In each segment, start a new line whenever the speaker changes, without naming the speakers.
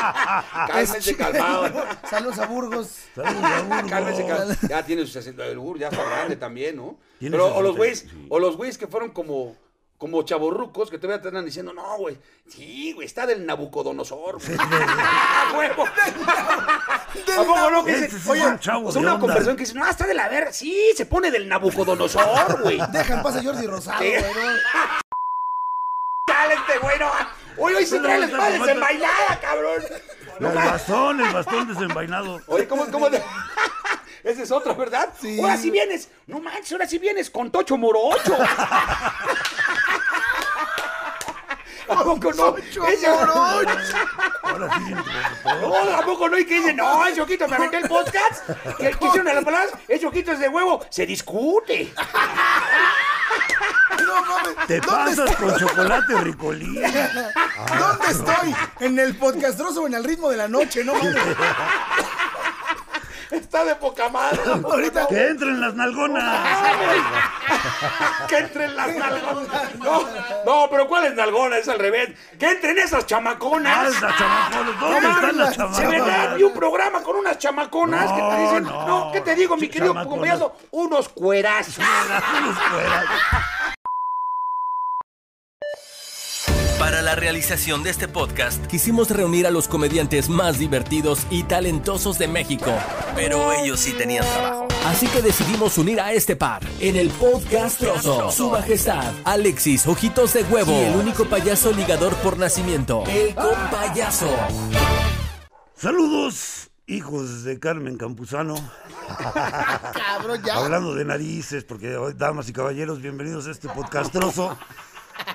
Ah,
Cálmese, calmado.
Saludos a Burgos.
Saludos a Burgos. Cálmese, calmado. Ya tiene sus el Burg, ya está grande también, ¿no? Pero, o los güeyes, o los güeyes que fueron como como chavorrucos que todavía te andan diciendo, no, güey, sí, güey, está del Nabucodonosor, güey. ¡Ah, huevo! ¿A poco no? Que
Este
dice,
sí
oye,
es un chavo
o
de
sea, una
onda.
conversación que dice, no, está de la verga. Sí, se pone del Nabucodonosor, güey.
Deja en paz a Jordi Rosado,
Sí.
güey. ¿no?
Dale este güey, no. Hoy, hoy se
Pero
trae la
ahorita
espada
te falta-
desenvainada, cabrón. No
El
mames.
bastón, el bastón desenvainado.
Oye, ¿cómo, cómo? de- Ese es otro, ¿verdad?
Sí.
Ahora sí vienes. No manches, ahora sí vienes con Tocho Morocho. ¿A poco no? Ese-
Ahora sí, viene por favor.
No, tampoco no, y que dicen, no, el Choquito me metió el podcast. Que el que hicieron a las palabras, el Choquito es de huevo. Se discute.
No mames.
Te pasas con Ah. chocolate ricolí.
¿Dónde estoy? ¿En el podcastroso o en el ritmo de la noche? No mames.
Está de poca madre.
Ahorita.
Que entren las nalgonas.
Que entren las nalgonas. No, no, pero ¿cuál es nalgona? Es al revés. Que entren esas
Ah,
chamaconas.
las chamaconas. ¿Dónde están las
Se verdad,
chamaconas?
vi un programa con unas chamaconas que te
No,
dicen, no,
no.
¿qué te digo, mi
Ch-
querido
chamaconas.
compañero? Unos cuerazos.
Para la realización de este podcast, quisimos reunir a los comediantes más divertidos y talentosos de México. Pero ellos sí tenían trabajo. Así que decidimos unir a este par en el podcast Trozo. Su majestad, Alexis Ojitos de Huevo. Y el único payaso ligador por nacimiento, el compayaso.
Saludos, hijos de Carmen Campuzano.
Cabrón, ya.
Hablando de narices, porque hoy, damas y caballeros, bienvenidos a este podcastroso.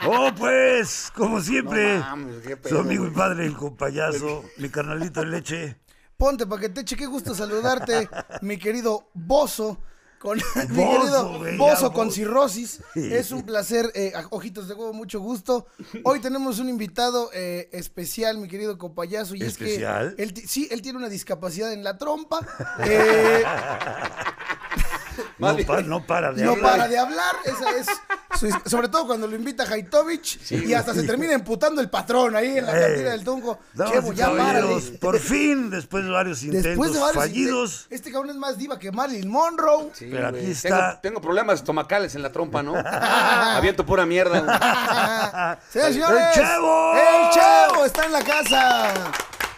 Oh, pues, como siempre,
No mames, Ah, qué pedo,
su amigo y padre, el compayazo, mi carnalito en leche.
Ponte pa' que te eche, qué gusto saludarte, mi querido Bozo. Con, mi
Bozo,
querido
güey, ya,
Bozo con
Bozo.
cirrosis. Es un placer, eh, a- ojitos de huevo, mucho gusto. Hoy tenemos un invitado eh, especial, mi querido compayazo. Y
¿Especial?
es que él, ti- sí, él tiene una discapacidad en la trompa. eh,
No, pa- no para de
no
hablar.
para de hablar. Esa es su- sobre todo cuando lo invita Haitovich y hasta se termina emputando el patrón ahí en la
Eh,
cantina del Tunco.
damas
Chevo,
y
pues,
ya párale.
caballeros, por fin, después de varios intentos
este Después de varios
fallidos,
inte- Este cabrón es más diva que Marilyn Monroe.
Sí,
Pero
güey.
aquí
Tengo-
está.
Tengo, problemas estomacales en la trompa, ¿no? Aviento pura mierda. güey.
Señoras y señores,
¡El Chevo!
¡El Chevo está en la casa!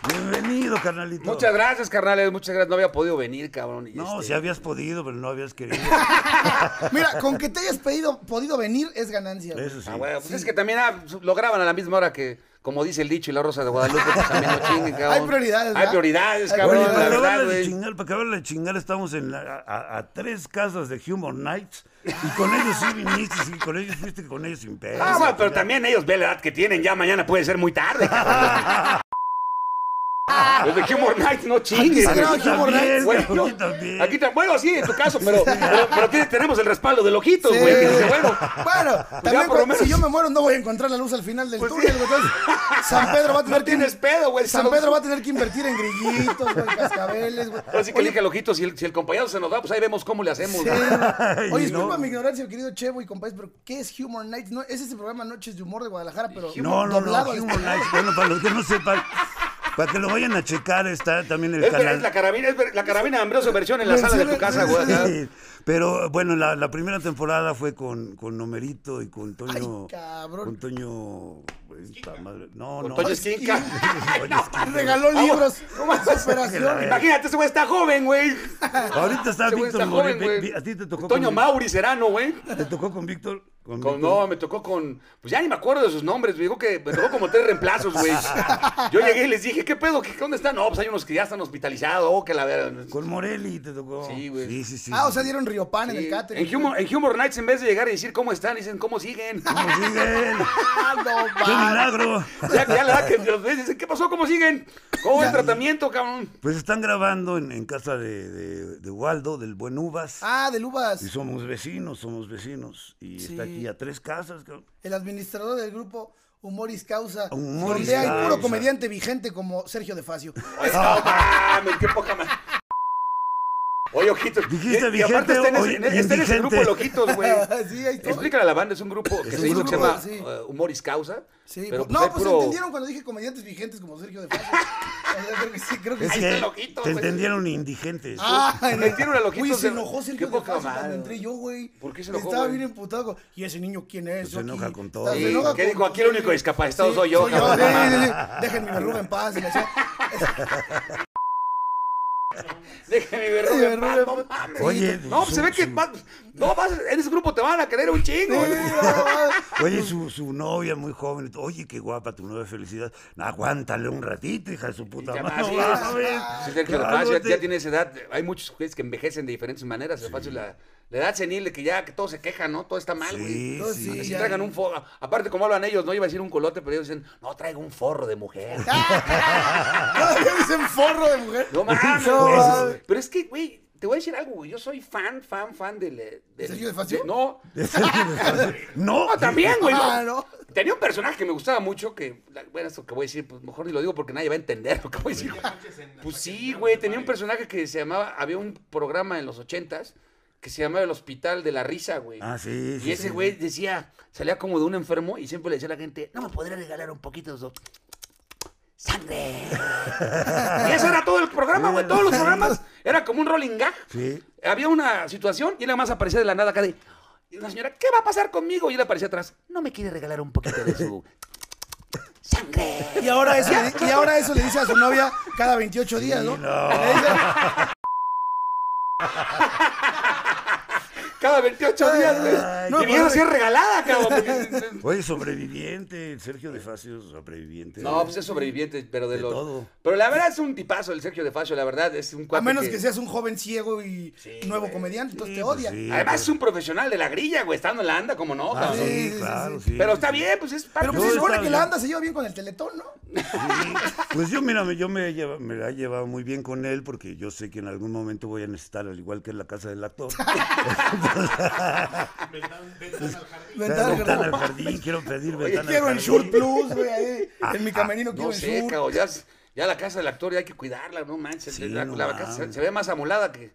bienvenido, carnalito.
Muchas gracias, carnales. Muchas gracias. No había podido venir, cabrón. y
No,
este-
si habías podido, pero no habías querido.
Mira, con que te hayas pedido, podido venir es ganancia. güey.
Eso sí.
Ah, güey, pues es que también ah, lo graban a la misma hora que, como dice el dicho y la rosa de Guadalupe, pues también lo chinguen, cabrón.
Hay prioridades,
Hay
¿verdad?
prioridades,
Hay
cabrón.
Oye,
Bueno,
la
para
verdad,
acabarla de
güey.
chingar, para acabarla de chingar, estamos en la- a, a- a tres casas de Humor Nights y con ellos sí viniste, sí, con ellos fuiste con ellos sin pedo.
Ah, güey, pero también ellos ve la edad que tienen, ya mañana puede ser muy tarde. cabrón. Los de Humor Nights no
Aquí
chinguen.
se
güey.
graba Humor Nights.
Güey,
Aquí
yo-
también.
Aquí tam- bueno, sí, en tu caso, pero, pero, pero tiene- tenemos el respaldo de loquitos,
Sí.
güey. que dice, bueno,
Bueno, también
por lo
cuando- si
menos.
yo me muero no voy a encontrar la luz al final del
Pues sí.
túnel. güey. Entonces, San Pedro va a tener
no
que-
tienes pedo, güey.
San
solo-
Pedro va a tener que invertir en grillitos, güey, cascabeles, güey.
Ahora sí que
Oye,
elige el ojito, si el, si el compañero se nos da, pues ahí vemos cómo le hacemos.
Sí.
güey.
Y
Oye,
no.
disculpa mi ignorancia, querido Chevo y compadres, pero ¿qué es Humor Nights? No, es ese programa Noches de Humor de Guadalajara, pero
No, no, no,
doblado al
Humor
este.
español.
Nights. Bueno, para los que no sepan, para que lo vayan a checar, está también el
Es, ver-
canal.
es la carabina, es ver- la carabina de Ambrosio versión en la sala de tu casa, güey. acá.
Sí, Pero bueno, la, la primera temporada fue con, con Homerito y con Toño.
Ay, cabrón.
Con Toño. esta madre- No, no.
Con Toño Esquinca. Ay, no. Ah,
Regaló libros, superación.
Imagínate, ese güey está joven, güey.
Ahorita está
Ese güey
Víctor
está
Moreno.
joven,
Ve-
güey.
ve- A ti te tocó
Toño
con-
Mauri Serano, güey.
¿Te tocó con Víctor? Con
Con-
Víctor.
no, me tocó con. Pues ya ni me acuerdo de sus nombres. Me dijo que me tocó como tres reemplazos, güey. Yo llegué y les dije, ¿qué pedo? ¿Qué, ¿Dónde están? No, pues hay unos que ya están hospitalizados. Oh, que la verga.
Con Morelli te tocó.
Sí, güey.
Sí, sí, sí.
Ah, o sea, dieron Río Pan en el
Sí.
catering.
En humor, en Humor Nights, en vez de llegar y decir cómo están, dicen cómo siguen.
¿Cómo siguen?
Ah, no,
¡Qué
va.
milagro!
Ya, ya la verdad que los ves, dicen, ¿qué pasó? ¿Cómo siguen? ¿Cómo el tratamiento, cabrón?
Pues están grabando en, en casa de, de- de Waldo, del Buen Uvas.
Ah, del Uvas,
Y somos vecinos, somos vecinos. Y está aquí a tres casas. cabrón.
el administrador del grupo Humoris Causa,
Humoris
donde hay puro
Causa.
comediante vigente como Sergio De Facio.
Ay, no mames, qué poca ma- Oye, ojitos.
Dijiste
y, y aparte
vigente
está en
o
ese, en- está en ese
indigente.
grupo de ojitos, güey.
Sí, ahí está.
Explícale a la banda, es un grupo que
un
se hizo que se
grupo,
llama
sí.
eh, Humoris Causa.
Sí,
pero,
pues,
hay
no, pues
puro-
entendieron cuando dije comediantes vigentes como Sergio de Paso. O sea, creo que sí, creo que
Es
sí.
está el
que
ojito,
te
güey.
entendieron indigentes.
Ah,
Metieron al ojito
Oye, se
de-
enojó
Qué
Sergio de
poca
Paso
madre.
cuando entré yo, güey.
¿Por qué se enojó,
Estaba
güey? Pues
bien emputado. con- ¿Y ese niño quién es?
se
Yo
enoja
aquí-
con todo.
Se
Sí,
enoja
¿qué
con-
dijo? Aquí el único discapacitado soy yo,
Soy yo. Sí,
cabrón.
sí, sí. Dejen mi verruga en paz. y la chingada.
Déjame ver,
Déjame ver,
Rubén, pa,
Rubén.
no mames.
Oye,
no, pues se
su-
ve que
su-
va- no vas en ese grupo te van a querer un chingo.
Oye, su, su novia muy joven. Oye, qué guapa tu novia, felicidad. No, aguántale un ratito, hija de su puta
Ya
madre.
más,
No,
sí,
mames.
sí, Sergio,
Claro,
además, ya,
te-
ya tiene esa edad. Hay muchos juguetes que envejecen de diferentes maneras. el fácil la, la edad senil, de que ya que todo se queja, ¿no? Todo está mal, güey.
Sí,
Entonces,
sí.
Que si
ya.
traigan un forro. Aparte, como hablan ellos, no iba a decir un colote, pero ellos dicen, no, traigo un forro de mujer.
Todavía dicen forro de mujer.
No mames,
No
güey.
mames.
Pero es que, güey, te voy a decir algo, güey. Yo soy fan, fan, fan del. eh, del-
¿Sergio de Facio?
no.
No,
No, Ah, también, güey. no.
Ah, ¿no?
Tenía un personaje que me gustaba mucho, que, la- bueno, esto que voy a decir, pues mejor ni lo digo porque nadie va a entender lo que voy a decir. Pues sí, güey, tenía un personaje que se llamaba, había un programa en los ochentas que se llamaba El Hospital de la Risa, güey.
Ah, sí, sí,
Y ese
sí.
güey decía, salía como de un enfermo y siempre le decía a la gente, no me podría regalar un poquito de su sangre. y eso era todo el programa, güey, todos los programas. Era como un rolling gag.
Sí.
Había una situación y él nada más aparecía de la nada acá de. Y una señora, ¿qué va a pasar conmigo? Y él aparecía atrás. No me quiere regalar un poquito de su sangre.
Y ahora, eso le, y ahora eso le dice a su novia cada 28 días, ¿no?
no.
Le dice,
Cada 28 días, güey.
Ay,
No,
no,
Debiera
pues,
ser regalada, cabrón.
Oye, sobreviviente, Sergio de Facio, sobreviviente.
No, pues es sobreviviente, pero de,
De
los.
todo.
Pero la verdad es un tipazo el Sergio de Facio, la verdad es un
A
cuate
menos que seas un joven ciego y
Sí,
nuevo
güey.
comediante, entonces
Sí,
te
pues
odia.
sí,
Además es un profesional de la grilla, güey, estando en la anda, como no,
Ah,
cabrón.
Sí,
sí,
sí,
claro,
sí.
sí.
Pero está bien, pues es parte
Pero
de-
pues se
No,
supone
está
que la
bien.
anda se lleva bien con el teletón, ¿no?
Sí. Pues yo, mira, me- yo me, he lleva- me la he llevado muy bien con él porque yo sé que en algún momento voy a necesitar, al igual que en la casa del actor,
Ventana,
ventana al
¿no?
jardín, quiero pedir
Oye,
ventana
Quiero
al
el Sur
jardín.
Plus, güey, ahí. En mi camerino quiero
No
el
sé,
Sur.
cabrón, ya, es- ya la casa del actor ya hay que cuidarla, no manches. eh,
Sí,
la,
no
la casa se,
mames.
se ve más amolada que.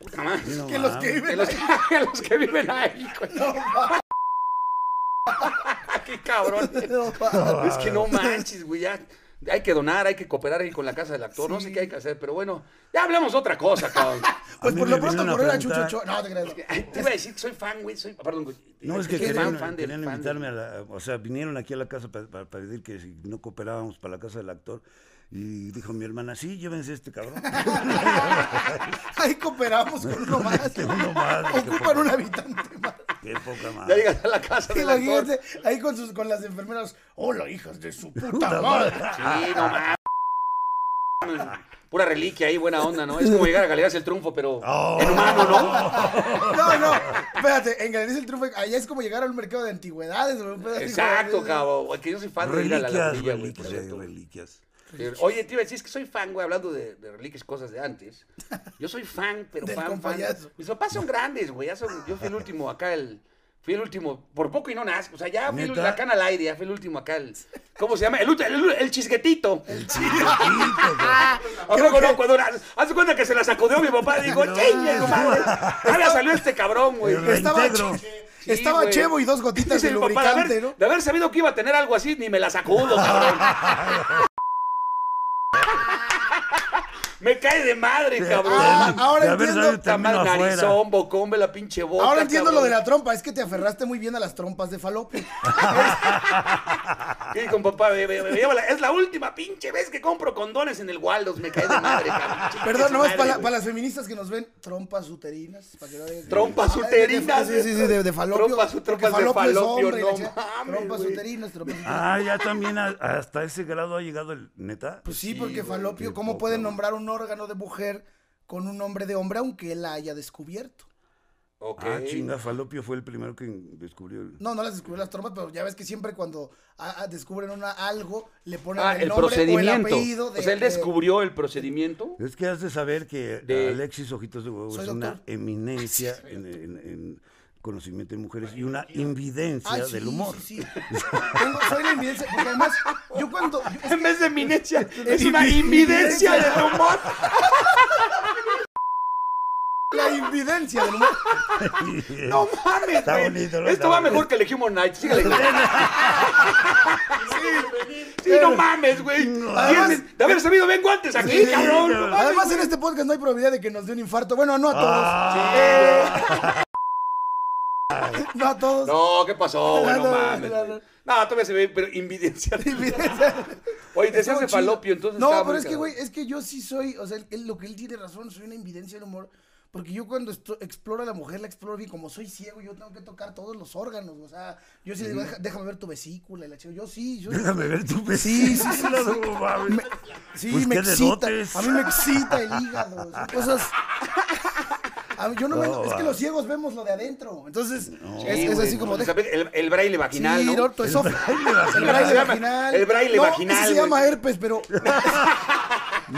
Puta madre.
Sí, no
Que los
mames.
que
Que
viven
los,
ahí.
que los que viven ahí, güey.
No, va,
Qué cabrón.
no, va.
Es que no manches, güey. Ya hay que donar, hay que cooperar ahí con la casa del actor. No sé qué hay que hacer, pero bueno, ya hablamos otra cosa, cabrón.
Pues
A mí
por
me
lo pronto
viene una
correr a
pregunta.
Chucho Ochoa. No, te creas.
Ay, Te iba a decir que soy fan, güey. Soy, perdón, güey.
No, es que
Soy
querían,
de-
querían
fan de-
invitarme a la... O sea, vinieron aquí a la casa pa- pa- para, pedir que si no cooperábamos para la casa del actor. Y dijo mi hermana, sí, llévense a este cabrón.
Ahí cooperamos con uno más.
Uno más, qué
Ocupan
poca-
un habitante más.
Qué poca
Ya
madre.
llegas a la casa del actor.
Imagínate, ahí con, sus, con las enfermeras. Hola, hijas de su puta
Puta
madre.
Sí, no mames. Pura reliquia ahí, buena onda, ¿no? Es como llegar a Galerías el Triunfo, pero
Oh.
en humano, ¿no?
No, no. Espérate, en Galerías el Triunfo. Allá es como llegar a un mercado de antigüedades. güey, un pedazo así,
Exacto,
güey.
cabrón. Güey, Que yo soy fan de ir a la
Reliquias,
lagunilla, güey, por
reliquias,
cierto.
reliquias.
Eh, Oye, te iba a decir, es que soy fan, güey, hablando de, de reliquias y cosas de antes. Yo soy fan, pero
Del
fan, fan.
compayazo.
Mis papás son grandes, güey. ya son- Yo fui el último acá, el. Fui el último, por poco y no nazco. O sea, ya fui el,
¿Neta?
acá en al aire, ya fui el último acá. El, ¿Cómo se llama? El, ulti- el, el chisguetito. El chisguetito. no, cuando, na- haz de cuenta que se la sacudió mi papá y dijo,
No.
¡chingue, su madre! Ahora salió este cabrón, güey.
Pero
Estaba,
Reintegro.
che- estaba
güey.
Chevo y dos gotitas
Dice
de
mi papá, de
lubricante,
haber,
¿no?
de haber sabido que iba a tener algo así, ni me la sacudo, cabrón. me cae de madre, cabrón.
Ah, ahora
De haber
entiendo.
sabido,
Puta madre,
termino afuera.
narizón, bocón, ve la pinche boca.
Ahora entiendo lo de
cabrón.
la trompa, es que te aferraste muy bien a las trompas de Falopio.
¿Qué dijo mi papá? Ve, ve, ve, llévala. es la última pinche vez que compro condones en el Waldos. Me cae de madre, cabrón. Chica,
Perdón,
su
nomás
Ah, madre,
para,
güey.
para las feministas que nos ven, trompas uterinas. para que no digan que-
Trompas
Ah,
uterinas.
de- de- Sí, sí, sí, de, de falopio.
Trompas-
porque
trompas de
es
falopio,
hombre,
no
la chica.
mames,
Trompas
güey.
uterinas, trompas uterinas.
Ah, ya también a- hasta ese grado ha llegado el neta.
Pues sí, porque
güey,
falopio,
qué
¿cómo
poca,
pueden
güey.
nombrar un órgano de mujer con un nombre de hombre aunque él la haya descubierto?
Ok.
Ah, chinga, Falopio fue el primero que descubrió el.
No, no las descubrió las trompas, pero ya ves que siempre cuando ah, ah, descubren una, algo, le ponen
Ah,
el,
el
nombre o el
procedimiento.
apellido. De,
o sea, él
de-
descubrió el procedimiento.
Es que has de saber que
De-
Alexis Ojitos de Huevo es
Soy
una
doctor.
Ah,
eminencia en, en- en conocimiento de mujeres y una invidencia
Ay, Ah, sí,
del humor.
sí, sí. Tengo- soy la invidencia, porque además, yo cuando... yo-
En vez de eminencia, es una invidencia del humor.
La invidencia del humor.
No mames,
Está
güey.
bonito,
Esto
¿no? Está
va
bonito.
mejor que el de Human Night. Sígale, güey. sí, sí, no mames, güey. Tienes- De haber sabido, vengo antes aquí,
Sí,
cabrón.
cabrón.
No mames,
Además, en este podcast no hay probabilidad de que nos dé un infarto. Bueno, no a todos.
Ah.
No a todos.
No, ¿qué pasó? güey? No,
No, no,
mames.
no,
güey.
no.
No, todavía se ve, pero invidencia.
Invidencia.
Oye, te
Estuvo
hace
chido.
falopio, entonces.
No,
está
pero
muy
es que,
cabrón.
güey, es que yo sí soy, o sea, él- él- lo que él tiene razón, soy una invidencia del humor. Porque yo cuando esto- exploro a la mujer, la exploro bien. Como soy ciego, yo tengo que tocar todos los órganos. O sea, yo sí le digo, "Deja- déjame ver tu vesícula. Y la chica, yo sí, yo
Déjame ver tu pez.
Sí, sí, sí,
No,
sí.
no mames.
Me- sí,
Pues,
me
qué
excita.
dedotes.
A mí me excita el hígado. Son cosas. A mí- yo no, me-
No,
es que
va.
los ciegos vemos lo de adentro. Entonces,
Sí,
es, es
güey,
así como.
o sea,
deja-
ve El, el braille
Sí,
vaginal, ¿no?
orto, es of-
vaginal.
El braille
Se llama-
vaginal.
el braille
No,
vaginal,
ese se
güey.
llama herpes, pero.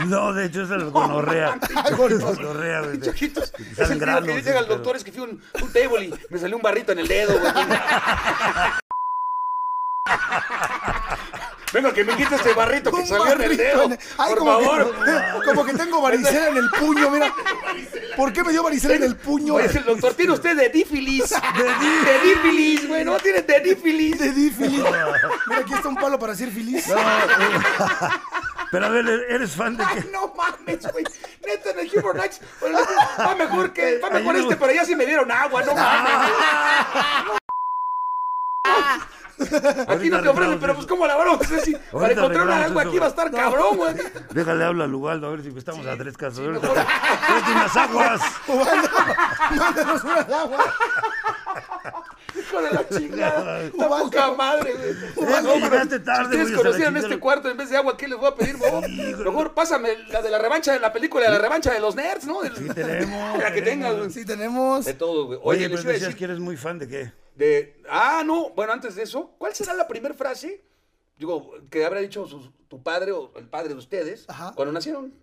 No, de hecho es el gonorrea.
Golpe.
Gonorrea, güey.
Choquitos.
Salen
Es el tío
granos,
que yo
sí,
llega al
pero-
doctor, es que fui a un, un table y me salió un barrito en el dedo, güey. Venga, que me quite este barrito que
Un
salió en el
barrito
dedo.
en el- Ay,
por
como
favor.
Que, como que tengo varicela en el puño, mira. ¿Por qué me dio varicela en el puño?
Oye, Pues el doctor, tiene usted de dífilis. De dífilis, güey. No tiene de dífilis.
Te di feliz. Mira, aquí está un palo para ser feliz.
Pero a ver, ¿e-, ¿eres fan de
Ay,
qué?
no mames, güey. Neta, en el Humor Nights. bueno, Va mejor que. Va mejor este, pero ya sí me dieron agua, no mames. Aquí no te ofrecen, pero pues cómo la vamos a hacer si para
Ahorita
encontrar una
arreglamos
agua
eso,
aquí va a estar cabrón, güey.
Déjale habla al Ubaldo, a ver si estamos a tres casos. Ahorita-
mejor.
Tráete unas aguas.
Ubaldo, Mándanos una agua.
Hijo de la chingada. La
Ubaldo.
poca madre, güey.
Ubaldo,
No, pero
llegaste
si ustedes
tarde, güey, o sea, la
conocieran
chingada.
este cuarto en vez de agua, ¿qué les voy a pedir, vos? Mejor pásame la de la revancha de la película, de la revancha de los nerds, ¿no?
Sí, tenemos,
La que tengas,
tenemos.
güey.
Sí, tenemos.
De todo, güey. Oye, les
Oye, pero
iba a
decías
decir
que eres muy fan de qué.
De, ah, no, bueno, antes de eso, ¿cuál será la primera frase? Digo, que habrá dicho sus- tu padre o el padre de ustedes
Ajá.
cuando nacieron.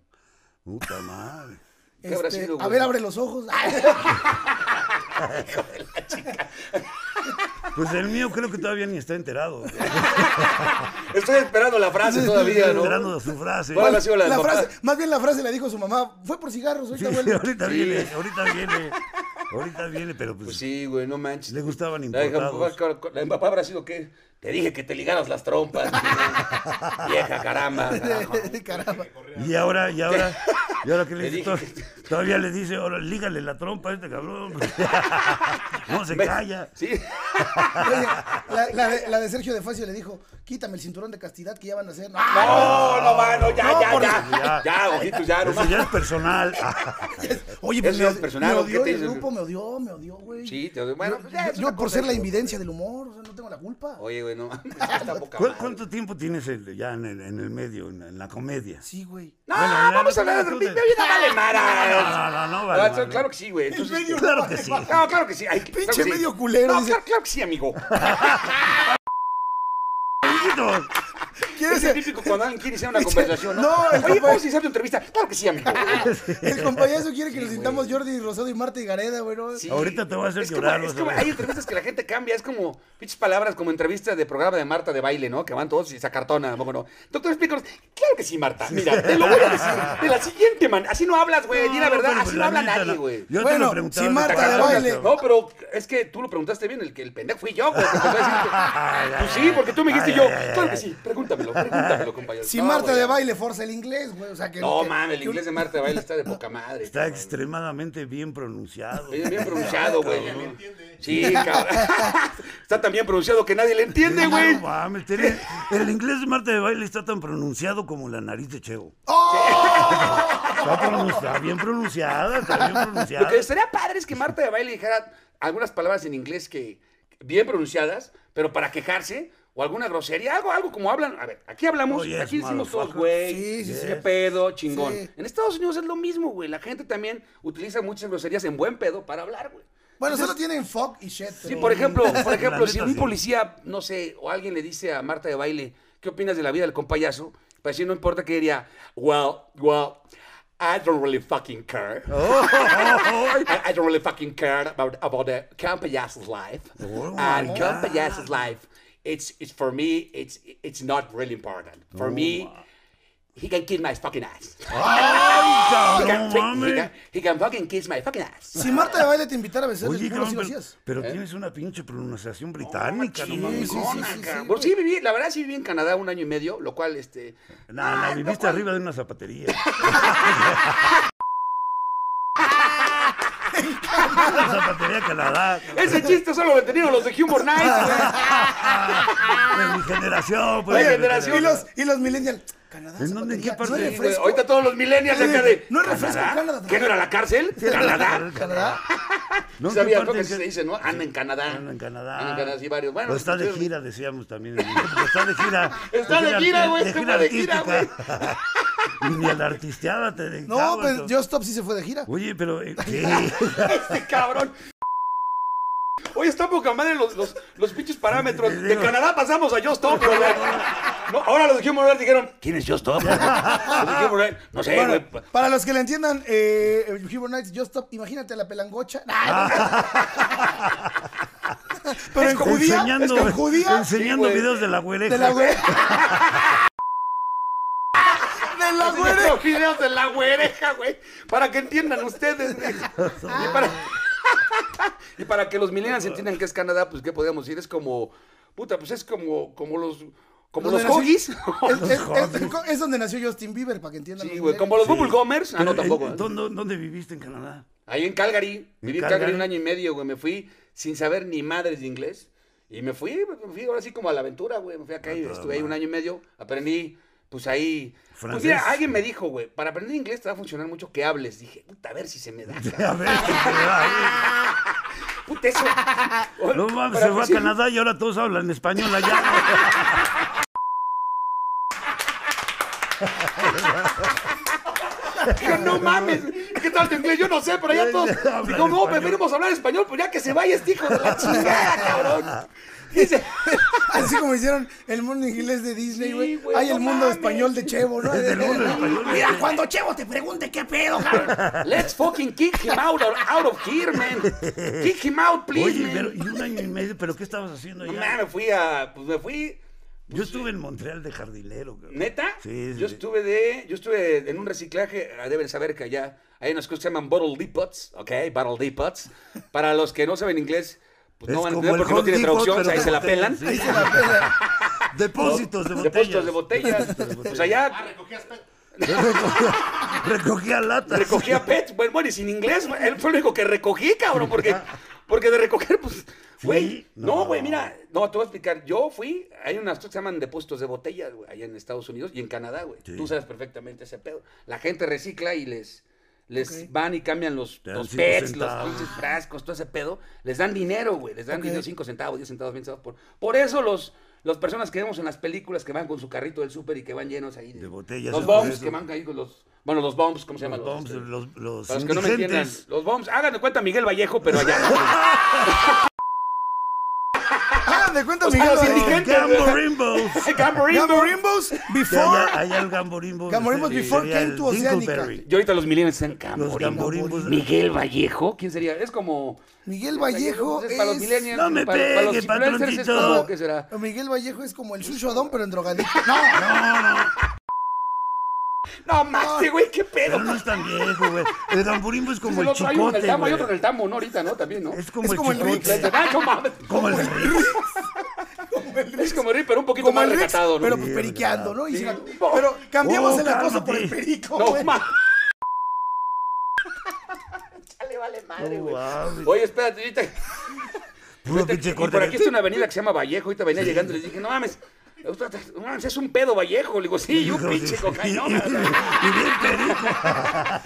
Puta madre.
¿Qué habrá
Este,
sido,
a
güey?
ver, abre los ojos.
Pues el mío creo que todavía ni está enterado.
Estoy esperando la frase todavía, ¿no?
Esperando su frase.
¿Cuál ha sido la, de papá?
frase, más bien la frase la dijo su mamá. Fue por cigarros,
Sí,
ahorita vuelvo.
ahorita viene, ahorita viene. Ahorita viene, pero pues.
Pues sí, güey, no manches.
Le gustaban
La de papá-
importados.
La de papá habrá sido qué? Te dije que te ligaras las trompas. güey. Vieja caramba. caramba.
Caramba.
Y ahora, y ahora, y ahora que le
Le
dice,
dije
to- todavía le dice, ahora lígale la trompa a este cabrón. No se calla.
Sí.
Oye, la, la de, la de Sergio de Facio le dijo, quítame el cinturón de castidad que ya van a hacer.
No, no, mano, ya,
No,
ya,
por-
ya.
Ya.
Ya, ojitos, ya, no
Eso
más.
ya es personal.
Oye,
Eso
me,
es personal,
me
¿o qué
odió
te
en el
dice?
grupo, me odió, me odió, güey.
Sí, te- bueno,
yo,
pues ya, es
yo
una
por
cosa
ser la
de-
invidencia del humor, o sea, no tengo la culpa.
Oye, güey, no mames, está poca
¿Cu-
madre.
¿Cuánto tiempo tienes el- ya en el, en el medio, en, en la comedia?
Sí, güey.
No,
Bueno, ya
vamos a
no
hablar de
te-
dormir. Me viene a vale
No, no,
Mara.
no,
Ah,
vale,
claro,
vale.
claro que sí, güey. Entonces,
medio-
Claro que sí.
No, claro que sí. Ay, claro que
Pinche
sí.
medio culero,
No,
dice.
claro, claro que sí, amigo.
Amiguitos,
Es
¿Quieres
el
el,
típico cuando alguien quiere iniciar una conversación, ¿no?
no, el
Oye,
papá-
¿puedes iniciar tu entrevista? Claro que sí, amigo.
el compañero quiere que nos sintamos Jordi Rosado y Marta y Gareda, güey. ¿no?
Sí.
Ahorita te voy a hacer
Es como-
llorar.
es
vas a
como,
ver.
hay entrevistas que la gente cambia, es como pinches palabras, como entrevistas de programa de Marta de baile, ¿no? Que van todos y se acartonan, ¿a poco no? Doctor, explícanos. Claro que sí, Marta. Mira, te lo voy a decir de la siguiente manera. Así no hablas, güey. Di la
No,
verdad,
pero
así
pues
no
la
habla
neta,
nadie,
la-
güey.
Yo te
Bueno,
lo preguntaba.
si
en esta
Marta de
casa,
baile-
cabrón.
No, pero es que tú lo preguntaste bien, el que el pendejo fui yo, güey. porque te voy a decir que- Pues sí, porque tú me dijiste
Ay,
yo.
ay, ay,
Claro que
ay.
sí, pregúntamelo, pregúntamelo, compañero.
Si
No,
Marta
güey,
de
ya.
baile forza el inglés, güey. O sea, que
No,
que-
mames, el
que un-
inglés de Marta de baile está de poca madre.
Está
cabrón.
extremadamente bien pronunciado.
Bien, bien pronunciado, güey. ¿no? Sí, cabrón. Está tan bien pronunciado que nadie le entiende, güey.
No mames, tiene- el inglés de Marta de Baile está tan pronunciado como la nariz de Cheo. Está, pronun- está bien pronunciada, está bien pronunciada.
Lo que sería padre es que Marta de Baile dijera algunas palabras en inglés que bien pronunciadas, pero para quejarse o alguna grosería, algo, algo como hablan. A ver, aquí hablamos,
Oh, yes,
aquí decimos todos,
motherfucker.
güey.
Sí, sí,
qué pedo, chingón.
Sí.
En Estados Unidos es lo mismo, güey. La gente también utiliza muchas groserías en buen pedo para hablar, güey.
Bueno, solo tienen fuck y shit.
Sí,
pero-
por ejemplo, por
La
ejemplo, si
neta,
un
sí.
policía, no sé, o alguien le dice a Marta de baile, ¿qué opinas de la vida del compayazo? Para decir, no importa que diría, well, well, I don't really fucking care.
Oh.
I, I don't really fucking care about, about the compayasso's life.
Oh,
and
my Oh
compayasso's life, it's, it's for me, it's, it's not really important. For me, He can kiss my fucking ass.
¡Ay,
He
cabrón,
can, he
mames!
can- he can fucking kiss my fucking ass.
Si Marta de Baile te invitara a besar
Oye,
el culo,
cabrón,
sí lo
pero,
hacías.
pero tienes una pinche pronunciación británica, no
¿Eh? Sí,
mames.
sí,
No,
sí, sí,
cabrón.
Bueno, Pues sí, viví, la verdad sí viví en Canadá un año y medio, lo cual, este...
la viviste arriba de una zapatería. Una zapatería Canadá.
Ese chiste solo lo tenían los de Humor Night.
Ah,
De mi generación, pues.
Oye,
de mi
generación,
Y los, y los millennials. Canadá.
¿En dónde? ¿En qué
zapatería,
parte?
¿No
Sí, güey,
es refresco?
Ahorita todos los millennials de acá de...
No es refresco, Canadá.
¿Qué, no era la cárcel? ¿Canadá?
Canadá.
No, ¿en qué
Sabía, creo que
parte? ¿En
así
qué-
se dice, ¿no? Anda en Canadá.
Anda en Canadá.
Anda en Canadá, sí, varios. Bueno,
o está de
entonces-
gira, decíamos también. O está de gira.
Está de gira, güey,
De
este
gira
fue de gira,
artística. Y ni a la artisteada te dedicabas,
No, pues
¿no?
yo Stop sí se fue de gira.
Oye, pero. eh, ¿qué?
Este cabrón. Oye, está poca madre los, los, los pinches parámetros.
Te
De
digo.
Canadá pasamos a Just Top, güey. No, ahora los de Humor Night dijeron, ¿quién es Just Top? Los de Humor Night, no sé,
Bueno,
güey.
para los que le entiendan, eh, Hubert Nights, Just Stop, imagínate a la pelangocha. Pero en
como
judía,
enseñando
en judía,
enseñando
Sí, güey.
videos de la güereja.
de la güey. De la
Yo
güey.
creo que ideas de la güereja, güey. Para que entiendan ustedes, güey. Y para, y para que los millennials entiendan que es Canadá, pues, ¿qué podríamos decir? Es como. Puta, pues es como, como los. Como los
Donde nació-
hoggies.
Es, es- es- es donde nació Justin Bieber, para que entiendan.
Sí,
los
güey.
millennials.
Como los Bubble Gummers. Ah, no,
Pero,
tampoco.
eh,
¿eh?
¿dónde, dónde viviste en Canadá?
Ahí en Calgary, viví en
Calgary?
Calgary un año y medio, güey. Me fui sin saber ni madres de inglés. Y me fui, güey, me fui ahora sí como a la aventura, güey. Me fui
Ah,
acá y estuve ahí un año y medio. Aprendí, pues ahí.
Francés.
Pues mira, alguien me dijo, güey, para aprender inglés te va a funcionar mucho que hables. Dije, puta, a ver si se me da.
A
cabrón.
ver, ¿qué te da?
Puta, eso.
No mames,
Para
se fue a
sí,
Canadá y ahora todos hablan español allá.
dije, no mames, ¿qué tal tu inglés? Yo no sé, pero ya todos.
Hablan
Digo, no,
español.
preferimos hablar español, pues ya que se vaya este hijo de la chingada, cabrón. Dice.
Así como hicieron el mundo inglés de Disney,
Sí,
güey.
güey,
Hay
no
el mundo
mames.
español de Chevo, ¿no?
Desde el mundo español.
Mira, cuando Chevo te pregunte qué pedo, cabrón.
Let's fucking kick him out, or- out of here, man. Kick him out, please,
Oye,
man.
pero y un año y medio, pero ¿qué estabas haciendo
No, man,
allá?
me fui a. Pues me fui.
Yo estuve en Montreal de jardinero. cabrón.
Pues ¿Neta?
Sí, sí,
Yo
sí.
estuve de. Yo estuve en un reciclaje. ah, Deben saber que allá hay unas cosas que se llaman bottle depots. Ok, bottle depots. Para los que no saben inglés, pues
Es
no van a
como
entender
el
porque no
Home
tiene
Depot,
traducción. o sea,
pero
Ahí se la
de
pelan.
botellas, sí. Depósitos de botellas.
Depósitos de botellas. Pues allá
Recogía latas.
recogía pets. Bueno, bueno, y sin inglés, güey, él fue el único que recogí, cabrón, porque, porque de recoger, pues, güey.
no.
No, güey, mira, no, te voy a explicar. Yo fui, hay unas cosas que se llaman depósitos de botellas, güey, allá en Estados Unidos y en Canadá, güey. Tú sabes perfectamente ese pedo. La gente recicla y les, les van y cambian los,
Te dan
los
cinco
pets, los
centavos.
pinches frascos, todo ese pedo. Les dan dinero, güey, les dan dinero, 5 centavos, 10 centavos, 20 centavos. Por, por eso los... Las personas que vemos en las películas que van con su carrito del súper y que van llenos ahí de,
De botellas,
Los
es por
bombs
eso.
que van ahí con los. Bueno, los bombs, ¿cómo se llaman?
Los bombs,
este?
los, los
Para los que no me entiendan,
indigentes.
los bombs, hagan de cuenta Miguel Vallejo, pero allá.
Hagan de cuenta,
O sea,
Miguel.
los
¿no?
indigentes.
Gamborimbos.
Gamborimbo.
Gamborimbos before.
Allá, allá el gamborimbos.
Gamborimbos before
sería
came
el
to Oceánica.
Dingleberry.
Yo ahorita los millennials están
Los
Gamborimbo.
gamborimbos.
Miguel Vallejo, ¿quién sería? Es como. pues,
Miguel Vallejo
es para los
es-
millennials.
No me
para, para los
pegue,
influencers
patroncito.
Es como, ¿Qué será?
Miguel Vallejo es como el suyo Adón, pero en drogadicto. No, no.
No mames, güey, qué pedo.
Pero no es tan viejo, güey. El gamborimbo es como
el
el
otro, hay uno en el
chicote,
tambo, hay
güey.
otro en el tambo, ¿no? Ahorita, ¿no? También, ¿no?
Es como
Es
el
como el
chicote.
Rix.
Ah, no mames.
Como el
Es como Rick, pero un poquito
Como
más
el Rex,
recatado, ¿no?
pero pues periqueando, ¿no? Y
Sí.
se- Pero cambiamos
Oh,
el acoso
cálmate.
por el perico,
No
güey.
mames. Chale, vale madre, güey.
Oh, Wow,
Oye, espérate, ahorita.
Puro
Ahorita-
pinche
y por
corte. este
aquí está una avenida que se llama Vallejo. Ahorita venía llegando y les dije, no mames, no mames, es un pedo Vallejo. Le digo, sí, y un
Hijo,
pinche
sí.
cocainón.
Y bien perico.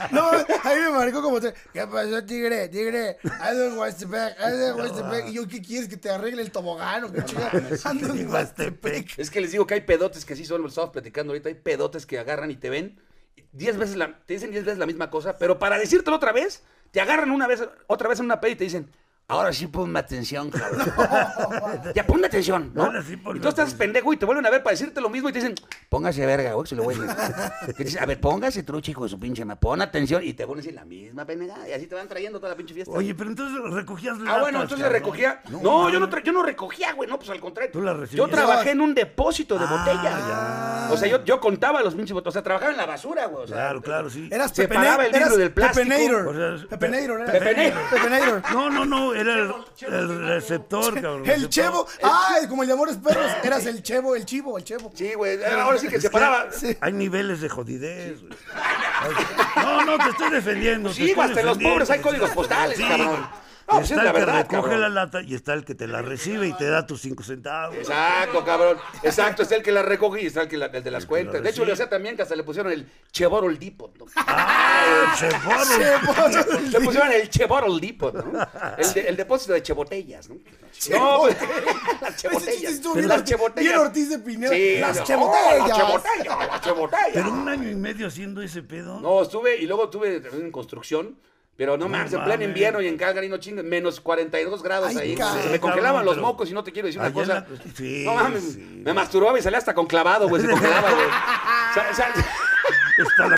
No, ahí me marcó como tres. ¿Qué pasó, tigre? Tigre, I don't want to back, I don't want to back. Y yo, ¿qué quieres? ¿Que te arregle el tobogán o qué chica? Ando en Huastepec.
Es que les digo que hay pedotes que sí son, lo estábamos platicando ahorita, hay pedotes que agarran y te ven. y Diez veces la, te dicen diez veces la misma cosa, pero para decírtelo otra vez, te agarran una vez, otra vez en una peda y te dicen, Ahora sí ponme atención, cabrón. ya ponme atención, ¿no?
Ahora sí ponme
y tú estás
atención.
pendejo y te vuelven a ver para decirte lo mismo y te dicen, póngase verga, güey, se lo voy a decir. Que dicen, a ver, póngase trucha, hijo de su pinche madre, pon atención y te pones en la misma pendeja y así te van trayendo toda la pinche fiesta.
Oye, pero entonces recogías
Ah,
latas,
bueno, entonces
cabrón.
recogía. No, yo, no
mames.
tra- yo no recogía, güey, no, pues al contrario.
Tú las
yo
recibías.
trabajé en un depósito de
Ah,
botellas. O sea, yo, yo contaba los pinches botellas. O sea, trabajaba en la basura, güey. o sea,
Claro, claro, sí.
Eras
Separaba el
Pepenator. Eras
libro del plástico.
O sea, es-
Pepenator. Pepenator. eras.
Pepenator.
Pepenator.
No, no, no, era el, el receptor, cabrón.
El Chevo. Ah, como el de Amores Perros. Eras el Chevo, el Chivo, el Chevo.
Sí, güey. Ahora sí que se paraba.
Sí.
Hay niveles de jodidez, güey. No, no, te estoy defendiendo. te
Sí,
estoy
güey, hasta en los
defendiendo.
pobres hay códigos postales,
Sí,
cabrón.
güey.
No, pues es
está el
la
que
verdad,
recoge
cabrón.
la lata y está el que te la recibe y te da tus cinco centavos.
Exacto, cabrón. Exacto, está el que la recoge y está el, que la- el de las cuentas. De hecho,
recibe.
le hacía también que hasta le pusieron el Cheborol Depot. ¿no?
¡Ah, se fueron!
Le pusieron el Cheborol Depot, ¿no? El, de- el depósito de chebotellas, ¿no? No, güey. Las
Ese chiste
chebotellas.
estuvo bien
Las
Ortiz- bien Ortiz de Pineda.
Sí,
Las
no,
chebotellas.
Las chebotellas, las chebotellas.
Pero un año y medio haciendo ese pedo.
No, estuve y luego estuve también en construcción. Pero no mames, en plan
mames.
invierno y en Calgary no chingues, menos 42 grados
Ay,
ahí.
cabrón.
me congelaban
Cabrón,
los
pero-
mocos y no te quiero decir una
Allá en
cosa.
la- pues, sí,
no mames,
sí.
me masturbaba y salía hasta con clavado, güey, se congelaba, güey. Sa- sa-
Está la